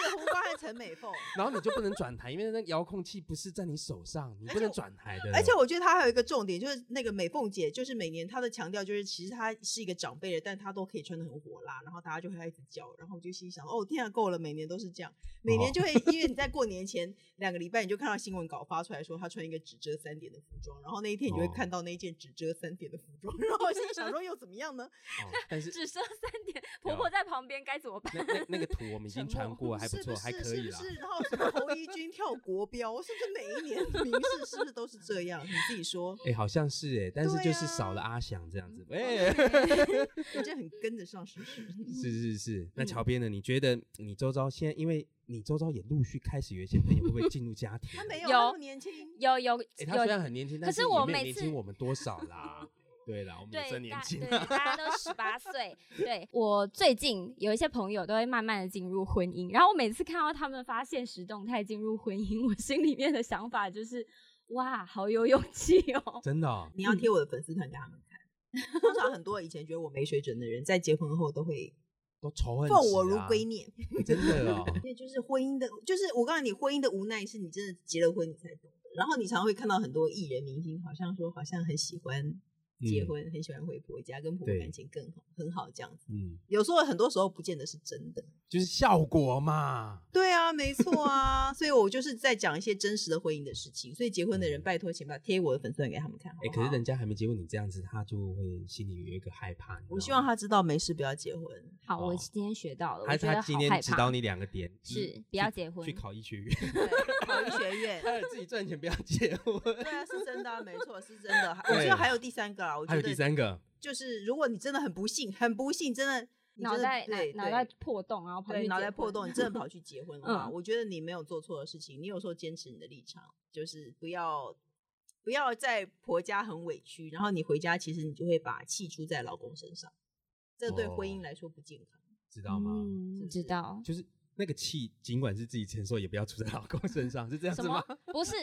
Speaker 3: 是胡瓜和陈美凤？
Speaker 1: 然后你就不能转台，因为那遥控器不是在你手上，你
Speaker 3: 而
Speaker 1: 不
Speaker 3: 且
Speaker 1: 能
Speaker 3: 我
Speaker 1: 转台的。
Speaker 3: 而且我觉得她还有一个重点，就是那个美凤姐，就是每年她的强调就是，其实她是一个长辈了，但她都可以穿的很火辣，然后大家就会一直叫，然后我就心想，哦，天啊，够了，每年都是这样，每年就会，
Speaker 1: 哦
Speaker 3: 因 为你在过年前两个礼拜，你就看到新闻稿发出来说她穿一个只遮三点的服装，然后那一天你就会
Speaker 1: 哦
Speaker 3: 看到那一件只遮三点的服装，然后我心里想说又怎么样呢？
Speaker 1: 哦但是
Speaker 2: 只剩三点，
Speaker 1: 有啊
Speaker 2: 婆婆在旁边该怎么办？
Speaker 1: 那那那个图我们已经
Speaker 2: 沉
Speaker 1: 传
Speaker 2: 默
Speaker 1: 过，还不
Speaker 3: 是
Speaker 1: 错，
Speaker 3: 是
Speaker 1: 还可以啦。
Speaker 3: 是不是？然后什么侯一军跳国标，是不是每一年名士是不是都是这样？你自己说，
Speaker 1: 哎、好像是哎、但是
Speaker 3: 对
Speaker 1: 就是
Speaker 3: 啊嗯
Speaker 1: 少了阿翔这样子。哎、
Speaker 3: 你这很跟得上时事。
Speaker 1: 是是是。那
Speaker 3: 嗯
Speaker 1: 乔边呢？你觉得你周遭现在，因为你周遭也陆续开始有一些朋友会不会进入家庭？
Speaker 3: 他没
Speaker 1: 有。
Speaker 3: 有
Speaker 2: 有
Speaker 3: 那么年轻，
Speaker 2: 有有
Speaker 1: 哎、他虽然
Speaker 2: 有，
Speaker 1: 很年轻，
Speaker 2: 可
Speaker 1: 但
Speaker 2: 是
Speaker 1: 也
Speaker 2: 我
Speaker 1: 没有
Speaker 2: 每
Speaker 1: 年
Speaker 2: 次
Speaker 1: 轻我们多少啦。对啦，我们也
Speaker 2: 对
Speaker 1: 真年
Speaker 2: 大
Speaker 1: 轻。
Speaker 2: 对大家都十八岁。对我最近有一些朋友都会慢慢的进入婚姻，然后我每次看到他们发现实动态进入婚姻，我心里面的想法就是哇，好有勇气哦。
Speaker 1: 真的、哦，
Speaker 3: 你要贴我的粉丝团给他们看。通常很多以前觉得我没水准的人，在结婚后都会
Speaker 1: 都仇恨、
Speaker 3: 奉
Speaker 1: 值
Speaker 3: 我如
Speaker 1: 啊
Speaker 3: 圭， 臬。
Speaker 1: 真的哦。
Speaker 3: 对，就是婚姻的，就是我告诉你，婚姻的无奈是你真的结了婚你才懂的。然后你常会看到很多艺人明星，好像说好像很喜欢结
Speaker 1: 嗯
Speaker 3: 婚，很喜欢回婆家，跟婆婆
Speaker 1: 对
Speaker 3: 感情更好，很好这样子。
Speaker 1: 嗯，
Speaker 3: 有时候很多时候不见得是真的。
Speaker 1: 就是效果嘛。
Speaker 3: 对啊，没错啊，所以我就是在讲一些真实的婚姻的事情。所以结婚的人，
Speaker 1: 嗯
Speaker 3: 拜托请把贴我的粉丝团给他们看，好
Speaker 1: 哎、
Speaker 3: 不
Speaker 1: 可
Speaker 3: 好？
Speaker 1: 是人家还没结婚，你这样子，他就会心里有一个害怕。你
Speaker 3: 我
Speaker 1: 知
Speaker 3: 希
Speaker 1: 道
Speaker 3: 望
Speaker 1: 吗
Speaker 3: 他知道没事不要结婚。
Speaker 2: 好，我
Speaker 1: 哦
Speaker 2: 今天学到了，
Speaker 1: 还是
Speaker 2: 我觉得
Speaker 1: 他
Speaker 2: 好
Speaker 1: 今天
Speaker 2: 害
Speaker 1: 指
Speaker 2: 怕
Speaker 1: 导你两个点，
Speaker 2: 是
Speaker 1: 一
Speaker 2: 不要
Speaker 1: 去
Speaker 2: 结婚
Speaker 1: 去考医学院，
Speaker 3: 对，考医学院。
Speaker 1: 他自己赚钱，不要结婚。
Speaker 3: 对啊，是真的啊、没错，是真的。我
Speaker 1: 对
Speaker 3: 觉得还有第三个啊，我
Speaker 1: 还
Speaker 3: 觉
Speaker 1: 有第
Speaker 3: 得
Speaker 1: 三个，
Speaker 3: 就是，如果你真的很不幸，很不幸，真的你真
Speaker 2: 脑
Speaker 3: 的
Speaker 2: 袋
Speaker 3: 对
Speaker 2: 脑脑
Speaker 3: 对
Speaker 2: 袋破洞，然后跑去
Speaker 3: 对脑
Speaker 2: 结
Speaker 3: 袋破
Speaker 2: 婚
Speaker 3: 洞，你真的跑去结婚的话，
Speaker 2: 嗯
Speaker 3: 我觉得你没有做错的事情。你有时候坚持你的立场，就是不要不要在婆家很委屈，然后你回家其实你就会把气出在老公身上，这对婚姻
Speaker 1: 哦
Speaker 3: 来说不健康。
Speaker 1: 知道吗？
Speaker 2: 嗯
Speaker 3: 是不
Speaker 2: 知
Speaker 3: 是
Speaker 2: 道
Speaker 1: 就是那个气，尽管是自己承受，也不要出在老公身上，是这样
Speaker 2: 什
Speaker 1: 子
Speaker 2: 么
Speaker 1: 吗？？
Speaker 2: 不是，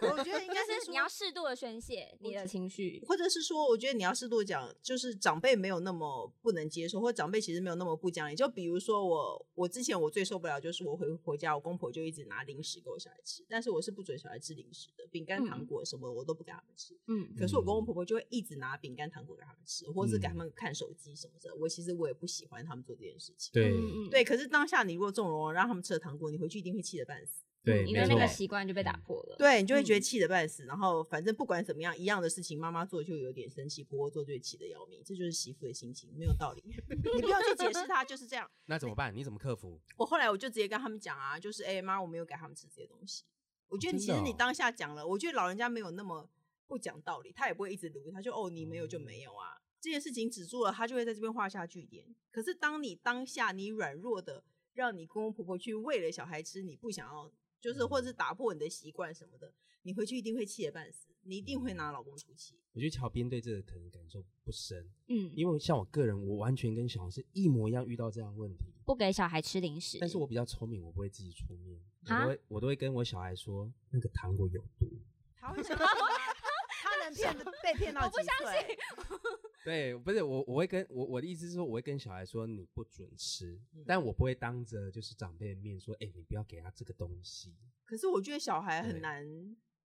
Speaker 3: 我觉得应
Speaker 2: 就
Speaker 3: 该
Speaker 2: 是
Speaker 3: 说
Speaker 2: 你要适度的宣泄你的情绪。
Speaker 3: 或者是说，我觉得你要适度讲，就是长辈没有那么不能接受，或长辈其实没有那么不讲理。就比如说我，我之前我最受不了就是我回婆家，我公婆就一直拿零食给我小孩吃，但是我是不准小孩吃零食的，饼
Speaker 2: 嗯
Speaker 3: 干、糖果什么我都不给他们吃。
Speaker 2: 嗯，
Speaker 3: 可是我公公婆婆就会一直拿饼干、糖果给他们吃，或是给他们看手机什么的。我其实我也不喜欢他们做这件事情。
Speaker 1: 对
Speaker 2: 嗯嗯
Speaker 3: 对，可是当下你如果纵容了让他们吃了糖果，你回去一定会气得半死。
Speaker 1: 对，
Speaker 2: 嗯因
Speaker 1: 没
Speaker 2: 为那个
Speaker 1: 错。
Speaker 2: 习惯就被打
Speaker 1: 嗯
Speaker 2: 破了。
Speaker 3: 对你就会觉得
Speaker 2: 嗯
Speaker 3: 气得半死，然后反正不管怎么样，一样的事情妈妈做就有点生气，婆婆做就气得要命，这就是媳妇的心情，没有道理。 你不要去解释她就是这样。
Speaker 1: 那怎么办？你怎么克服？
Speaker 3: 我后来我就直接跟他们讲啊，就是哎妈、我没有给他们吃这些东西。我觉得
Speaker 1: 真
Speaker 3: 其
Speaker 1: 的
Speaker 3: 实你
Speaker 1: 哦
Speaker 3: 当下讲了，我觉得老人家没有那么不讲道理，他也不会一直撸，他就哦你没有就没有啊，这件事情止住了，他就会在这边画下句点。可是当你当下你软弱的，让你公公婆婆去喂了小孩吃，你不想要，就是或者是打破你的习惯什么的，你回去一定会气得半死，你一定会拿老公出气。
Speaker 1: 我觉得乔编对这个可能感受不深，
Speaker 2: 嗯，
Speaker 1: 因为像我个人，我完全跟小红是一模一样遇到这样的问题。
Speaker 2: 不给小孩吃零食。
Speaker 1: 但是我比较聪明，我不会自己出面，我
Speaker 2: 啊
Speaker 1: 都会我都会跟我小孩说，那个糖果有毒。
Speaker 3: 他会想，他能骗的被骗到
Speaker 2: 我不
Speaker 3: 几
Speaker 2: 相
Speaker 3: 岁？
Speaker 2: 信，
Speaker 1: 对，不是我，我会跟我我的意思是说，我会跟小孩说你不准吃，
Speaker 3: 嗯
Speaker 1: 但我不会当着就是长辈的面说，哎、你不要给他这个东西。
Speaker 3: 可是我觉得小孩
Speaker 1: 对
Speaker 3: 很难，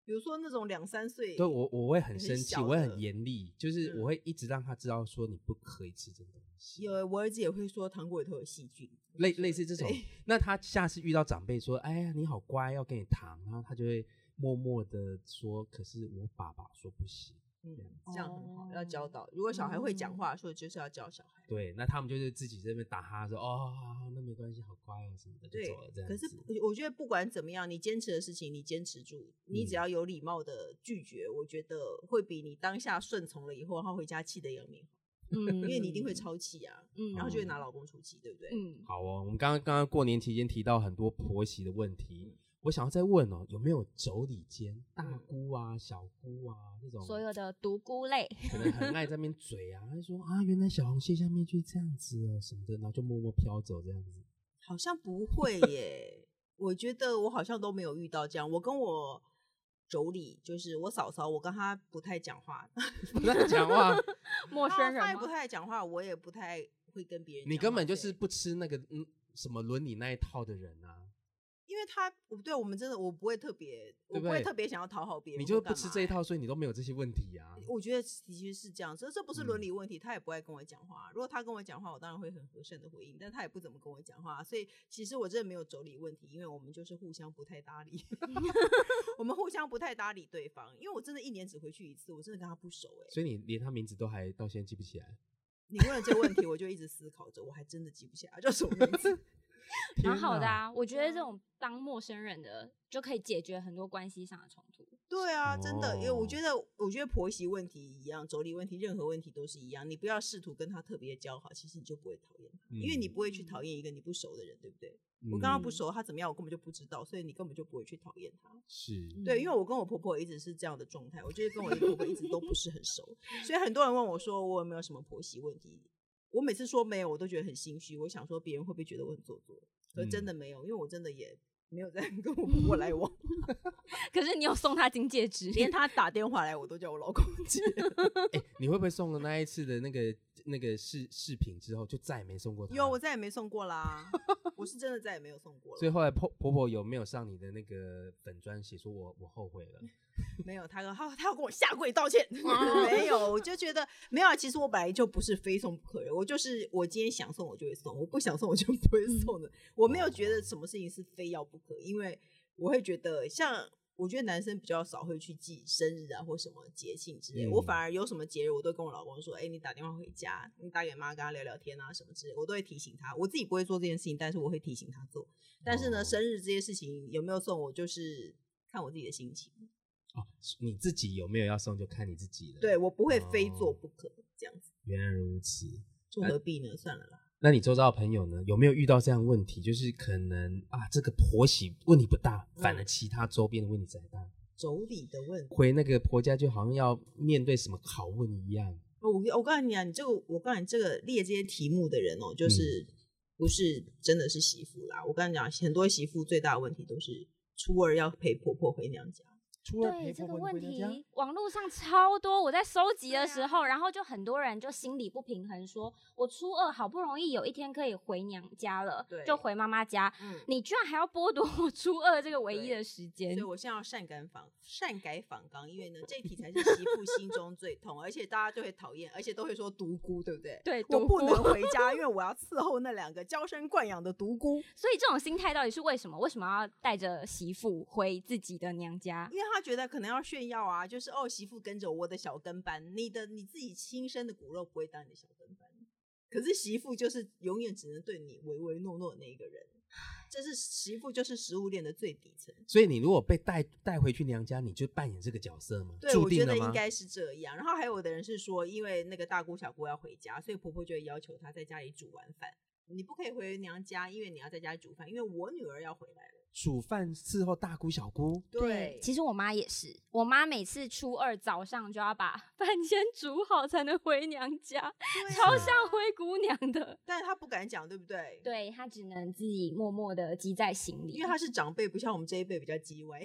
Speaker 3: 比如说那种两三岁，
Speaker 1: 对我我会很
Speaker 3: 很
Speaker 1: 生气，
Speaker 3: 小
Speaker 1: 我会
Speaker 3: 的
Speaker 1: 很严厉，就是
Speaker 3: 嗯
Speaker 1: 我会一直让他知道说你不可以吃这个东西。
Speaker 3: 有我儿子也会说糖果里头有细菌，
Speaker 1: 类类似这种
Speaker 3: 对。
Speaker 1: 那他下次遇到长辈说：“哎呀，你好乖，要给你糖。”然后他就会默默的说：“可是我爸爸说不行。
Speaker 3: 嗯
Speaker 1: 这样，
Speaker 3: 这样很好，
Speaker 2: 哦
Speaker 3: 要教导。如果小孩会讲
Speaker 2: 嗯
Speaker 3: 话，说就是要教小孩”。
Speaker 1: 对，那他们就是自己这边打哈说：“哦，好好那没关系，好乖哦什么的，就
Speaker 3: 对
Speaker 1: 走了这样
Speaker 3: 可
Speaker 1: 子。
Speaker 3: 是”我觉得不管怎么样，你坚持的事情你坚持住，你只
Speaker 1: 嗯
Speaker 3: 要有礼貌的拒绝，我觉得会比你当下顺从了以后，他回家气得要命，
Speaker 2: 嗯，
Speaker 3: 因为你一定会超气啊，
Speaker 2: 嗯，
Speaker 3: 然后就会拿老公出气，对不对？
Speaker 2: 嗯，
Speaker 1: 好哦，我们刚刚刚刚过年期间提到很多婆媳的问题，我想要再问哦，有没有妯娌间大
Speaker 3: 嗯
Speaker 1: 姑啊、小姑啊那种
Speaker 2: 所有的独孤类，
Speaker 1: 可能很爱在那边嘴啊，他说啊，原来小红蟹下面就是这样子哦什么的，然后就默默飘走这样子。
Speaker 3: 好像不会耶，我觉得我好像都没有遇到这样。我跟我妯娌，就是我嫂嫂，我跟她不太讲话，
Speaker 1: 不要讲话，
Speaker 2: 陌生
Speaker 3: 她她也
Speaker 2: 人
Speaker 3: 不
Speaker 2: 吗？
Speaker 3: 太讲话，我也不太会跟别人讲话。
Speaker 1: 你根本就是
Speaker 3: 对
Speaker 1: 不吃那个嗯什么伦理那一套的人啊，
Speaker 3: 因为他，我对我们真的，我不会特别，
Speaker 1: 对
Speaker 3: 我
Speaker 1: 不
Speaker 3: 不会
Speaker 1: 对
Speaker 3: 特别想要讨好别人，
Speaker 1: 你就
Speaker 3: 或干
Speaker 1: 不
Speaker 3: 嘛
Speaker 1: 吃这一
Speaker 3: 欸。
Speaker 1: 套，所以你都没有这些问题 啊。
Speaker 3: 我觉得的确是这样，这这不是
Speaker 1: 嗯
Speaker 3: 伦理问题，他也不爱跟我讲话。如果他跟我讲话，我当然会很和善的回应，但他也不怎么跟我讲话，所以其实我真的没有妯娌问题，因为我们就是互相不太搭 理，我们互相不太搭理对方，因为我真的一年只回去一次，我真的跟他不熟哎、
Speaker 1: 所以你连他名字都还到现在记不 起来，
Speaker 3: 你问了这个问题，我就一直思考着，我还真的记不下来叫什么名 字。
Speaker 2: 蛮
Speaker 1: 天
Speaker 2: 好的
Speaker 1: 哪。
Speaker 2: 啊，我觉
Speaker 3: 对
Speaker 2: 得
Speaker 3: 啊
Speaker 2: 这种当陌生人的就可以解决很多关系上的冲突。
Speaker 3: 对啊，真的，因为
Speaker 1: 哦
Speaker 3: 我觉得，我觉得婆媳问题一样，妯娌问题，任何问题都是一样。你不要试图跟他特别交好，其实你就不会讨厌他，因为
Speaker 1: 嗯
Speaker 3: 你不会去讨厌一个你不熟的人，对不对？我刚刚不
Speaker 2: 嗯
Speaker 3: 熟，他怎么样我根本就不知道，所以你根本就不会去讨厌他。
Speaker 1: 是
Speaker 3: 对，因为我跟我婆婆一直是这样的状态，我就是跟我的婆婆一直都不是很熟，所以很多人问我说我有没有什么婆媳问题，我每次说没有，我都觉得很心虚，我想说别人会不会觉得我很做作，可是真的没有，因为我真的也没有在跟我婆婆来往。
Speaker 2: 可是你有送他金戒指，
Speaker 3: 连他打电话来，我都叫我老公接。
Speaker 1: 哎、你会不会送了那一次的那个那个饰饰品之后，就再也没送过他？
Speaker 3: 有，我再也没送过啦，我是真的再也没有送过
Speaker 1: 所以
Speaker 3: 了。
Speaker 1: 后来婆婆婆有没有上你的那个粉砖写说我我后悔 了？
Speaker 3: 没有，他说他他要跟我下跪道歉， 没有，我 就觉得没有啊。其实我本来就不是非送不可的，我就是我今天想送我就会送，我不想送我就不会
Speaker 1: 嗯
Speaker 3: 送的。我没有
Speaker 1: 哦
Speaker 3: 觉得什么事情是非要不可，因为我会觉得像。我觉得男生比较少会去记生日啊或什么节庆之类，
Speaker 1: 嗯
Speaker 3: 我反而有什么节日，我都跟我老公说，哎、你打电话回家，你打给妈跟她聊聊天啊什么之类，我都会提醒他。我自己不会做这件事情，但是我会提醒他做。但是呢，
Speaker 1: 哦
Speaker 3: 生日这些事情有没有送，我就是看我自己的心情。
Speaker 1: 哦，你自己有没有要送就看你自己了。
Speaker 3: 对，我不会非做
Speaker 1: 哦
Speaker 3: 不可，这样子
Speaker 1: 原来如此。
Speaker 3: 就何必呢？算了啦。
Speaker 1: 那你周遭的朋友呢，有没有遇到这样的问题？就是可能啊，这个婆媳问题不大，反
Speaker 3: 嗯
Speaker 1: 而其他周边的问题才大。
Speaker 3: 妯娌的问题，
Speaker 1: 回那个婆家就好像要面对什么拷问一样。
Speaker 3: 我我告诉你啊，你这个我告诉你，这个列这些题目的人哦，就是不是真的是媳妇啦。我跟你讲，很多媳妇最大的问题都是初二要陪婆婆回娘家。
Speaker 1: 初二
Speaker 2: 对
Speaker 1: 陪
Speaker 2: 这
Speaker 1: 婆
Speaker 2: 个
Speaker 1: 婆
Speaker 2: 问
Speaker 1: 回娘家
Speaker 2: 题，网络上超多。我在收集
Speaker 3: 对啊
Speaker 2: 的时候，然后就很多人就心里不平衡说，我初二好不容易有一天可以回娘家了
Speaker 3: 对，
Speaker 2: 就回妈妈家，
Speaker 3: 嗯，
Speaker 2: 你居然还要剥夺我初二这个唯一
Speaker 3: 对
Speaker 2: 的时
Speaker 3: 所
Speaker 2: 间
Speaker 3: 以。我现在要善改反善改反纲，因为呢，这一题才是媳妇心中最痛，而且大家就会讨厌，而且都会说独孤，对不对？
Speaker 2: 对
Speaker 3: 我
Speaker 2: 独
Speaker 3: 不
Speaker 2: 孤
Speaker 3: 能回家，因为我要伺候那两个娇生惯养的独孤。
Speaker 2: 所以这种心态到底是为什么？为什么要带着媳妇回自己的娘家？
Speaker 3: 因为他觉得可能要炫耀啊，就是哦，媳妇跟着我的小跟班，你的你自己亲生的骨肉不会当你的小跟班，可是媳妇就是永远只能对你唯唯诺诺的那一个人，这是媳妇就是食物链的最底层。
Speaker 1: 所以你如果被带带回去娘家，你就扮演这个角色吗？
Speaker 3: 对，
Speaker 1: 注
Speaker 3: 我觉
Speaker 1: 定
Speaker 3: 得
Speaker 1: 了
Speaker 3: 应
Speaker 1: 吗？
Speaker 3: 该是这样。然后还有的人是说，因为那个大姑小姑要回家，所以婆婆就会要求她在家里煮完饭，你不可以回娘家，因为你要在家里煮饭，因为我女儿要回来了。
Speaker 1: 煮饭伺候大姑小姑，
Speaker 2: 其实我妈也是，我妈每次初二早上就要把 饭先煮好才能回娘 家，
Speaker 3: 对
Speaker 2: 超
Speaker 3: 啊
Speaker 1: 香
Speaker 2: 像灰姑娘的。
Speaker 3: 但是她不敢讲，对不对？。
Speaker 2: 对她只能自己默默的积在心里，
Speaker 3: 因为她是长辈，不像我们这一辈比较叽歪。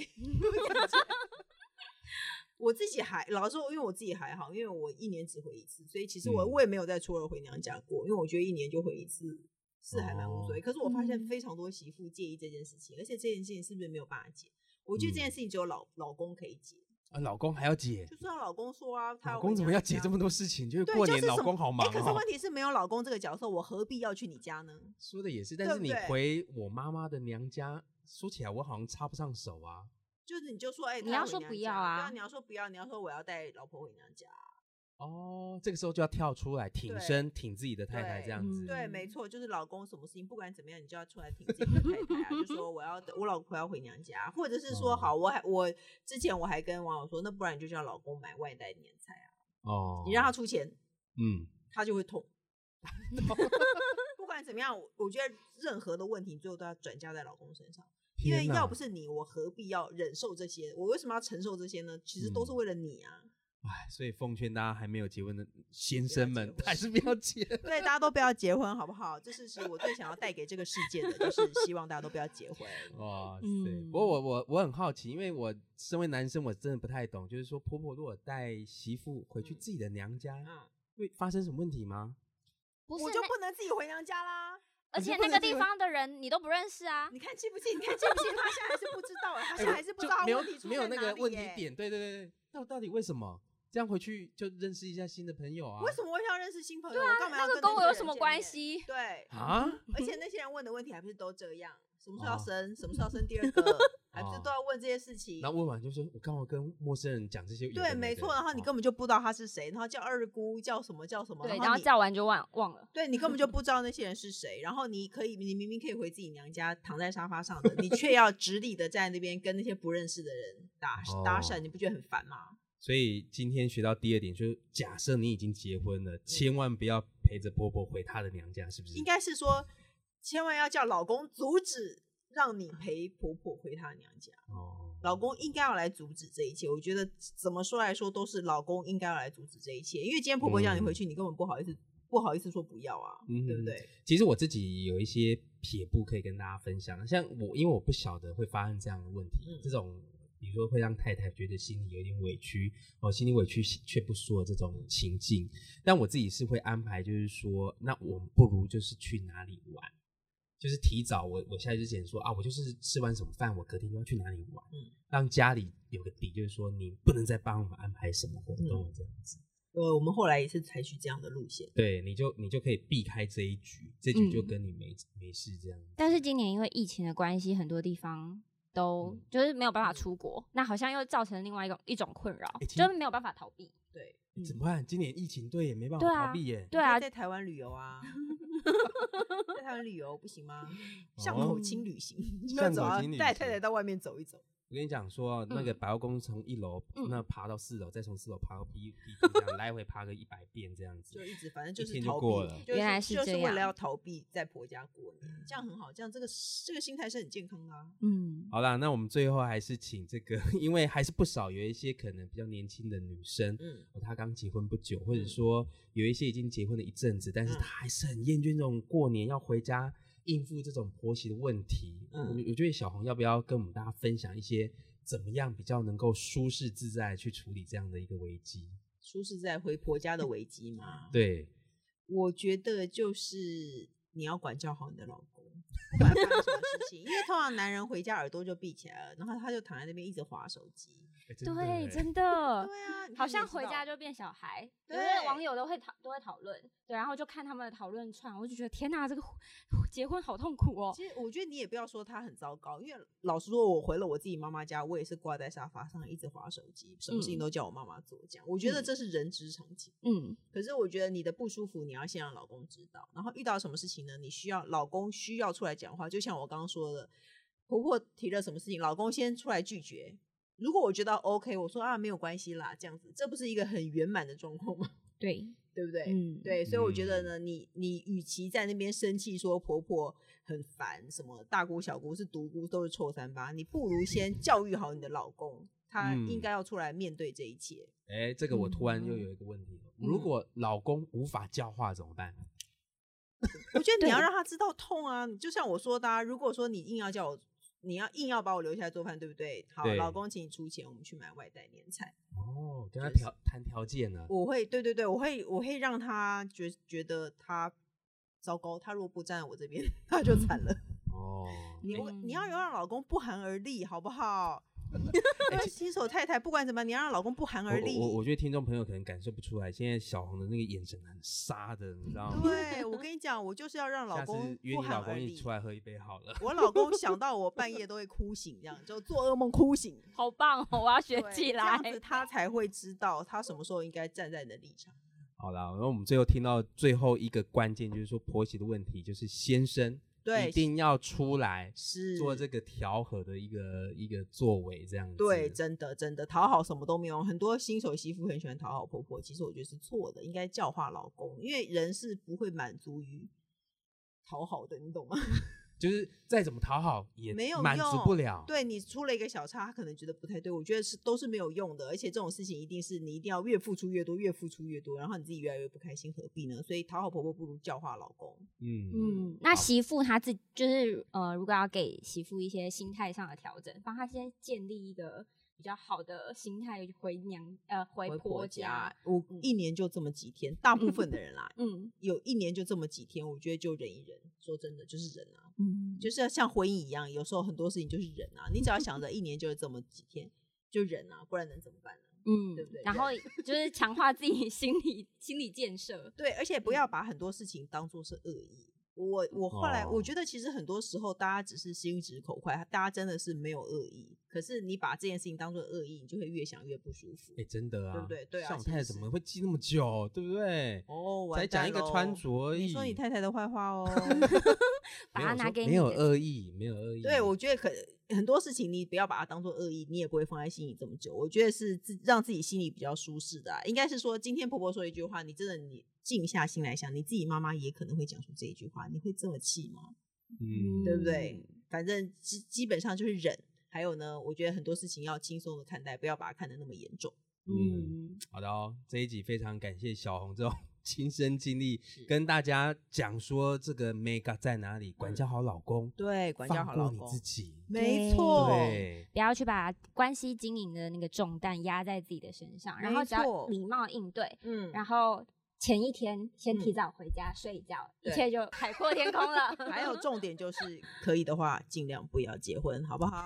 Speaker 3: 我自己还老实说，因为我自己还好，因为我一年只回一次，所以其实我
Speaker 1: 嗯
Speaker 3: 我也没有在初二回娘家过，因为我觉得一年就回一次是还蛮
Speaker 1: 哦
Speaker 3: 无所谓。可是我发现
Speaker 2: 嗯
Speaker 3: 非常多媳妇介意这件事情，而且这件事情是不是没有办法解？我觉得
Speaker 1: 嗯
Speaker 3: 这件事情只有老老公可以解，
Speaker 1: 啊，老公还要解
Speaker 3: 就，是让老公说啊，他
Speaker 1: 老公怎么要解这
Speaker 3: 么？
Speaker 1: 么多事情？就是
Speaker 3: 对，
Speaker 1: 过
Speaker 3: 就
Speaker 1: 年
Speaker 3: 是
Speaker 1: 老
Speaker 3: 什么
Speaker 1: 公好忙
Speaker 3: 哎可是
Speaker 1: 哦
Speaker 3: 问。题是没有老公这个角色，我何必要去你家呢？
Speaker 1: 说的也是，但
Speaker 3: 对
Speaker 1: 是
Speaker 3: 不
Speaker 1: 你
Speaker 3: 对
Speaker 1: 回我妈妈的娘家，说起来我好像插不上手啊。
Speaker 3: 就是你就说，哎、
Speaker 2: 你
Speaker 3: 他
Speaker 2: 要
Speaker 3: 回
Speaker 2: 说
Speaker 3: 娘
Speaker 2: 不
Speaker 3: 家
Speaker 2: 要
Speaker 3: 对
Speaker 2: 啊
Speaker 3: 你要说不要，你要说我要带老婆回娘家。
Speaker 1: 哦，这个时候就要跳出来挺
Speaker 3: 对
Speaker 1: 身，挺自己的太太
Speaker 3: 对
Speaker 1: 这样子。
Speaker 3: 对，没
Speaker 2: 嗯
Speaker 3: 错，就是老公什么事情不管怎么样，你就要出来挺自己的太太啊，就说我要我老婆要回娘家，啊或者是说
Speaker 1: 哦
Speaker 3: 好，我还我之前我还跟网友说，那不然你就叫老公买外带年菜啊，
Speaker 1: 哦，
Speaker 3: 你让他出钱，
Speaker 1: 嗯，
Speaker 3: 他就 会痛。不管怎么样，我我觉得任何的问题你最后都要转嫁在老公身上，因为
Speaker 1: 天哪
Speaker 3: 要不是你，我何必要忍受这些？我为什么要承受这些呢？其实都是
Speaker 1: 嗯
Speaker 3: 为了你啊。
Speaker 1: 哎，所以奉劝大家还没有结婚的先
Speaker 3: 要
Speaker 1: 生
Speaker 3: 结
Speaker 1: 们
Speaker 3: 婚，
Speaker 1: 还是不要结。
Speaker 3: 对，大家都不要结婚，好不好？这是是我最想要带给这个世界的，就是希望大家都不要结婚。
Speaker 1: 哇塞！
Speaker 2: 嗯
Speaker 1: 不过我我我很好奇，因为我身为男生，我真的不太懂，就是说婆婆如果带媳妇回去
Speaker 3: 嗯
Speaker 1: 自己的娘家，
Speaker 3: 嗯，
Speaker 1: 会发生什么问题吗？
Speaker 2: 不是
Speaker 3: 我就
Speaker 2: 那，
Speaker 3: 不能自己回娘家啦。
Speaker 2: 而
Speaker 1: 你就
Speaker 2: 且
Speaker 1: 不
Speaker 2: 那
Speaker 1: 能
Speaker 2: 个
Speaker 1: 自己
Speaker 2: 地
Speaker 1: 回
Speaker 2: 方的人你都不认识啊。
Speaker 3: 你看气不气？你看气不气？他现在还是不知道哎，他现在还是不知
Speaker 1: 就
Speaker 3: 道他
Speaker 1: 没有
Speaker 3: 问题出
Speaker 1: 没有
Speaker 3: 在
Speaker 1: 那
Speaker 3: 哪
Speaker 1: 个
Speaker 3: 里
Speaker 1: 问题
Speaker 3: 耶。
Speaker 1: 点，啊对对对对，到到底为什么这样回去就认识一下新的朋友啊？
Speaker 3: 为什么我想认识新朋友？
Speaker 2: 对
Speaker 3: 我
Speaker 2: 啊
Speaker 3: 干，嘛要
Speaker 2: 那个跟
Speaker 3: 跟那
Speaker 2: 我
Speaker 3: 些
Speaker 2: 有
Speaker 3: 人
Speaker 2: 什么
Speaker 3: 见
Speaker 2: 关
Speaker 3: 面？
Speaker 2: 系？
Speaker 3: 对，
Speaker 1: 啊？
Speaker 3: 而且那些人问的问题还不是都这样？什么时候要
Speaker 1: 哦
Speaker 3: 生？什么时候要生第二个？还不是都要问这些事情？
Speaker 1: 然后问完就说，我干嘛跟陌生人讲这些有的没
Speaker 3: 对，
Speaker 1: 的？
Speaker 3: 没错。然后你
Speaker 1: 哦
Speaker 3: 根本就不知道他是谁，然后叫二姑，叫什么叫什么，
Speaker 2: 对，然后
Speaker 3: 你
Speaker 2: 叫完就忘忘了。
Speaker 3: 对你根本 就不知道那些人是谁，然后你可以，你明明可以回自己娘家躺在沙发上的，你却要直立的在那边跟那些不认识的人搭搭讪，
Speaker 1: 哦
Speaker 3: 你不觉得很烦吗？
Speaker 1: 所以今天学到第二点，就是假设你已经结婚了，千万不要陪着婆婆回她的娘家，是不是？
Speaker 3: 嗯应该是说，千万要叫老公阻止，让你陪婆婆回她娘家。
Speaker 1: 哦，
Speaker 3: 老公应该要来阻止这一切，我觉得怎么说来说都是老公应该要来阻止这一切，因为今天婆婆叫你回去，你根本不好意思，不好意思说不要啊，
Speaker 1: 嗯
Speaker 3: 对不对？
Speaker 1: 其实我自己有一些撇步可以跟大家分享，像我，因为我不晓得会发生这样的问题，
Speaker 3: 嗯
Speaker 1: 这种比如说会让太太觉得心里有点委屈，哦，心里委屈却不说这种情境，但我自己是会安排，就是说，那我们不如就是去哪里玩。就是提早我，我下来之前说啊，我就是吃完什么饭，我隔天就要去哪里玩，
Speaker 3: 嗯
Speaker 1: 让家里有个底，就是说你不能再帮我们安排什么活动了
Speaker 3: 嗯
Speaker 1: 这样子。
Speaker 3: 呃，我们后来也是采取这样的路线，
Speaker 1: 对，你就你就可以避开这一局，这局就
Speaker 2: 嗯
Speaker 1: 跟你没、没事这样子。
Speaker 2: 但是今年因为疫情的关系，很多地方都
Speaker 1: 嗯
Speaker 2: 就是没有办法
Speaker 3: 嗯
Speaker 2: 出国，那好像又造成另外一种一种困扰
Speaker 1: 诶，其
Speaker 2: 就
Speaker 1: 实
Speaker 2: 是没有办法逃避。
Speaker 3: 对。
Speaker 1: 欸
Speaker 2: 嗯
Speaker 1: 怎么办？今年疫情对也没办
Speaker 2: 对
Speaker 1: 法
Speaker 2: 啊
Speaker 1: 逃避耶。
Speaker 2: 对
Speaker 3: 你可以
Speaker 2: 啊，
Speaker 3: 在台湾旅 游啊，在台湾旅游不行吗？巷口轻旅行，
Speaker 1: 哦巷
Speaker 3: 走
Speaker 1: 口
Speaker 3: 啊
Speaker 1: 轻旅，
Speaker 3: 带
Speaker 1: 行
Speaker 3: 太太到外面走一走。
Speaker 1: 我跟你讲说，那个
Speaker 2: 嗯
Speaker 1: 百货公司从一楼、
Speaker 2: 嗯
Speaker 1: 那爬到四楼，再从四楼爬到 B B 这 样来回爬个一百遍这样子
Speaker 3: 就。一直反正
Speaker 1: 一
Speaker 3: 就是
Speaker 1: 天就
Speaker 3: 逃避，
Speaker 1: 过了
Speaker 3: 就
Speaker 2: 原来
Speaker 3: 是
Speaker 2: 是
Speaker 3: 就
Speaker 2: 这
Speaker 3: 是为了
Speaker 2: 样
Speaker 3: 要逃避在婆家过年，这样很好，这样这个这个心态是很健康的、啊。
Speaker 2: 嗯，
Speaker 1: 好啦，那我们最后还是请这个， 因为还是不少有一些可能比较年轻的女生，
Speaker 3: 嗯，
Speaker 1: 哦她刚结婚不久，或者
Speaker 3: 嗯
Speaker 1: 说有一些已经结婚了一阵子，但是
Speaker 3: 嗯
Speaker 1: 她还是很厌倦这种过年要回家应付这种婆媳的问题。
Speaker 3: 嗯
Speaker 1: 我我觉得小红要不要跟我们大家分享一些怎么样比较能够舒适自在地去处理这样的一个危机？
Speaker 3: 舒适在回婆家的危机嘛，
Speaker 1: 对，
Speaker 3: 我觉得就是你要管教好你的老公，不管发生什么事情，因为通常男人回家耳朵就闭起来了，然后他就躺在那边一直划手机。
Speaker 1: 欸真的
Speaker 2: 对，
Speaker 1: 欸
Speaker 2: 真的
Speaker 3: 对。啊，你
Speaker 2: 呃好
Speaker 3: 看你也
Speaker 2: 像
Speaker 3: 知
Speaker 2: 回
Speaker 3: 道
Speaker 2: 家就变小孩，
Speaker 3: 对
Speaker 2: 就是网友都会讨都会讨论，对，然后就看他们的讨论串，我就觉得天哪，这个 结婚好痛苦哦。
Speaker 3: 其实我觉得你也不要说他很糟糕，因为老实说，我回了我自己妈妈家，我也是挂在沙发上一直划手机，什么事情
Speaker 2: 嗯
Speaker 3: 都叫我妈妈做，这样、我觉得这是人之常情。
Speaker 2: 嗯，
Speaker 3: 可是我觉得你的不舒服，你要先让老公知道，然后遇到什么事情呢，你需要老公需要出来讲话，就像我刚刚说的，婆婆提了什么事情，老公先出来拒绝。如果我觉得 OK，我说啊没有关系啦，这样子，这不是一个很圆满的状况吗？
Speaker 2: 对，
Speaker 3: 对不对？
Speaker 2: 嗯，
Speaker 3: 对，所以我觉得呢，你你与其在那边生气说婆婆很烦，什么大姑小姑是独姑都是臭三八，你不如先教育好你的老公，他
Speaker 1: 嗯
Speaker 3: 应该要出来面对这一切。
Speaker 1: 哎、这个我突然
Speaker 3: 嗯
Speaker 1: 又有一个问题了，哦如果老公无法教化怎么办？
Speaker 3: 我觉得你要
Speaker 2: 对
Speaker 3: 让他知道痛啊，你就像我说的、啊，如果说你硬要叫我你要硬要把我留下来做饭，对不对？好，
Speaker 1: 对
Speaker 3: 老公，请你出钱，我们去买外带年菜。
Speaker 1: 哦，跟他
Speaker 3: 就是
Speaker 1: 条谈条件呢、
Speaker 3: 我会，对对对，我会，我会让他觉觉得他糟糕，他如果不站在我这边， 他就惨了。
Speaker 1: 哦，
Speaker 3: 你
Speaker 1: 哎
Speaker 3: 我
Speaker 2: 嗯
Speaker 3: 你要让老公不寒而栗，好 不好？因
Speaker 1: 哎
Speaker 3: 为
Speaker 1: 其
Speaker 3: 新手太太不管怎么样，你要让老公不寒而栗。
Speaker 1: 我我我觉得听众朋友可能感受不出来，现在小红的那个眼神很杀的，你知道吗？
Speaker 3: 对我跟你讲，我就是要让老
Speaker 1: 下次
Speaker 3: 公
Speaker 1: 约
Speaker 3: 不
Speaker 1: 你老
Speaker 3: 寒而
Speaker 1: 公一
Speaker 3: 栗
Speaker 1: 起。出来喝一杯好了。
Speaker 3: 我老公想到我半夜都会哭醒，这样就做噩梦 哭醒，
Speaker 2: 好棒哦！我要学
Speaker 3: 对
Speaker 2: 起
Speaker 3: 这
Speaker 2: 来
Speaker 3: 样。子他才会知道他什么时候应该站在你的立场。
Speaker 1: 好啦，然后我们最后听到最后一个关键就是说婆媳的问题，就是先生
Speaker 3: 对
Speaker 1: 一定要出来
Speaker 3: 是
Speaker 1: 做这个调和的一个一个作为，这样子。
Speaker 3: 对，真的真的讨好什么都没有。很多新手媳妇很喜欢讨好婆婆，其实我觉得是错的，应该教化老公，因为人是不会满足于讨好的，你懂吗？
Speaker 1: 就是再怎么讨好也
Speaker 3: 没有
Speaker 1: 满足
Speaker 3: 用
Speaker 1: 不了。
Speaker 3: 对你出了一个小差，他可能觉得不太对，我觉得是都是没有用的。而且这种事情一定是你一定要越付出越多，越付出越多，然后你自己越来越不开心，何必呢？所以讨好婆婆不如教化老公。
Speaker 1: 嗯，
Speaker 2: 嗯，那媳妇她自就是呃，如果要给媳妇一些心态上的调整，帮她先建立一个比较好的心态回娘呃回
Speaker 3: 回
Speaker 2: 婆
Speaker 3: 婆
Speaker 2: 家
Speaker 3: 家。，我
Speaker 2: 嗯
Speaker 3: 一年就这么几天，大部 分的人啦，
Speaker 2: 嗯
Speaker 3: 有一年就这么几天，我觉得就忍一忍。说真的，就是忍啊，
Speaker 2: 嗯，
Speaker 3: 就是要像婚姻一样，有时候很多事情就是忍啊。你只要想着一年就是这么几天，就忍啊，不然能怎么办呢？
Speaker 2: 嗯
Speaker 3: 对不对
Speaker 2: 然后就是强化自己心理心理建设。
Speaker 3: 对，而且
Speaker 1: 嗯
Speaker 3: 不要把很多事情当做是恶意。我我后来
Speaker 1: 哦
Speaker 3: 我觉得，其实很多时候大家只是心直口快，大家真的是没有恶意。可是你把这件事情当做恶意，你就会越想越不舒服
Speaker 1: 哎、。真的啊，
Speaker 3: 对不对对啊
Speaker 1: 像我
Speaker 3: 其
Speaker 1: 太太
Speaker 3: 实
Speaker 1: 怎
Speaker 3: 是
Speaker 1: 么会记那么久，对不对？
Speaker 3: 哦，完
Speaker 1: 才讲
Speaker 3: 蛋
Speaker 1: 一个
Speaker 3: 咯
Speaker 1: 穿着而已。
Speaker 3: 你说你太太的坏话哦。
Speaker 2: 把
Speaker 1: 没有
Speaker 2: 它拿
Speaker 1: 说
Speaker 2: 给
Speaker 1: 没
Speaker 2: 你
Speaker 1: 有呃
Speaker 2: 的
Speaker 1: 恶意，没有恶意。
Speaker 3: 对，我觉得可很多事情你不要把它当做恶意，你也不会放在心里这么久。我觉得是自让自己心里比较舒适的啊、应该是说今天婆婆说一句话，你真的你静下心来想，你自己妈妈也可能会讲出这一句话，你会这么气吗？
Speaker 1: 嗯，
Speaker 3: 对不对？反正基基本上就是忍。还有呢，我觉得很多事情要轻松的看待，不要把它看得那么严重。
Speaker 1: 嗯，好的哦，这一集非常感谢小红这种 亲身经历，跟大家讲说这个 mega 在哪里，
Speaker 2: 嗯
Speaker 1: 管教好老公，
Speaker 3: 对，管教好
Speaker 1: 放
Speaker 3: 老
Speaker 1: 过你
Speaker 3: 公
Speaker 1: 自，己，
Speaker 3: 没错，
Speaker 1: 对，
Speaker 2: 不要去把关系经营的那个重担压在自己的身上，然后
Speaker 3: 没
Speaker 2: 只要
Speaker 3: 错
Speaker 2: 礼貌应对，
Speaker 3: 嗯，
Speaker 2: 然后前一天先提
Speaker 3: 嗯
Speaker 2: 早回家睡一觉，一
Speaker 3: 对
Speaker 2: 切就海阔天空了。
Speaker 3: 还有重 点就是，可以的话尽量不要结婚，好不好？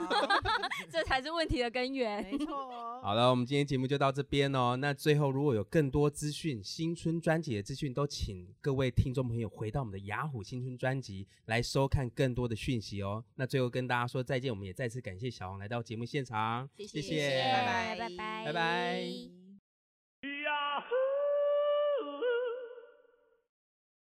Speaker 2: 这才是问题的根源。
Speaker 3: 没错，哦
Speaker 1: 好了，我们今天节目就到这边哦。那最后，如果有更多资讯、新春专辑的资讯，都请各位听众朋友回到我们的雅虎新春专辑来收看更多的讯息哦。那最后跟大家说再见，我们也再次感谢小王来到节目现场，
Speaker 3: 谢谢
Speaker 1: 谢
Speaker 2: 谢
Speaker 3: 拜
Speaker 2: 拜
Speaker 3: 拜
Speaker 2: 拜
Speaker 1: 拜拜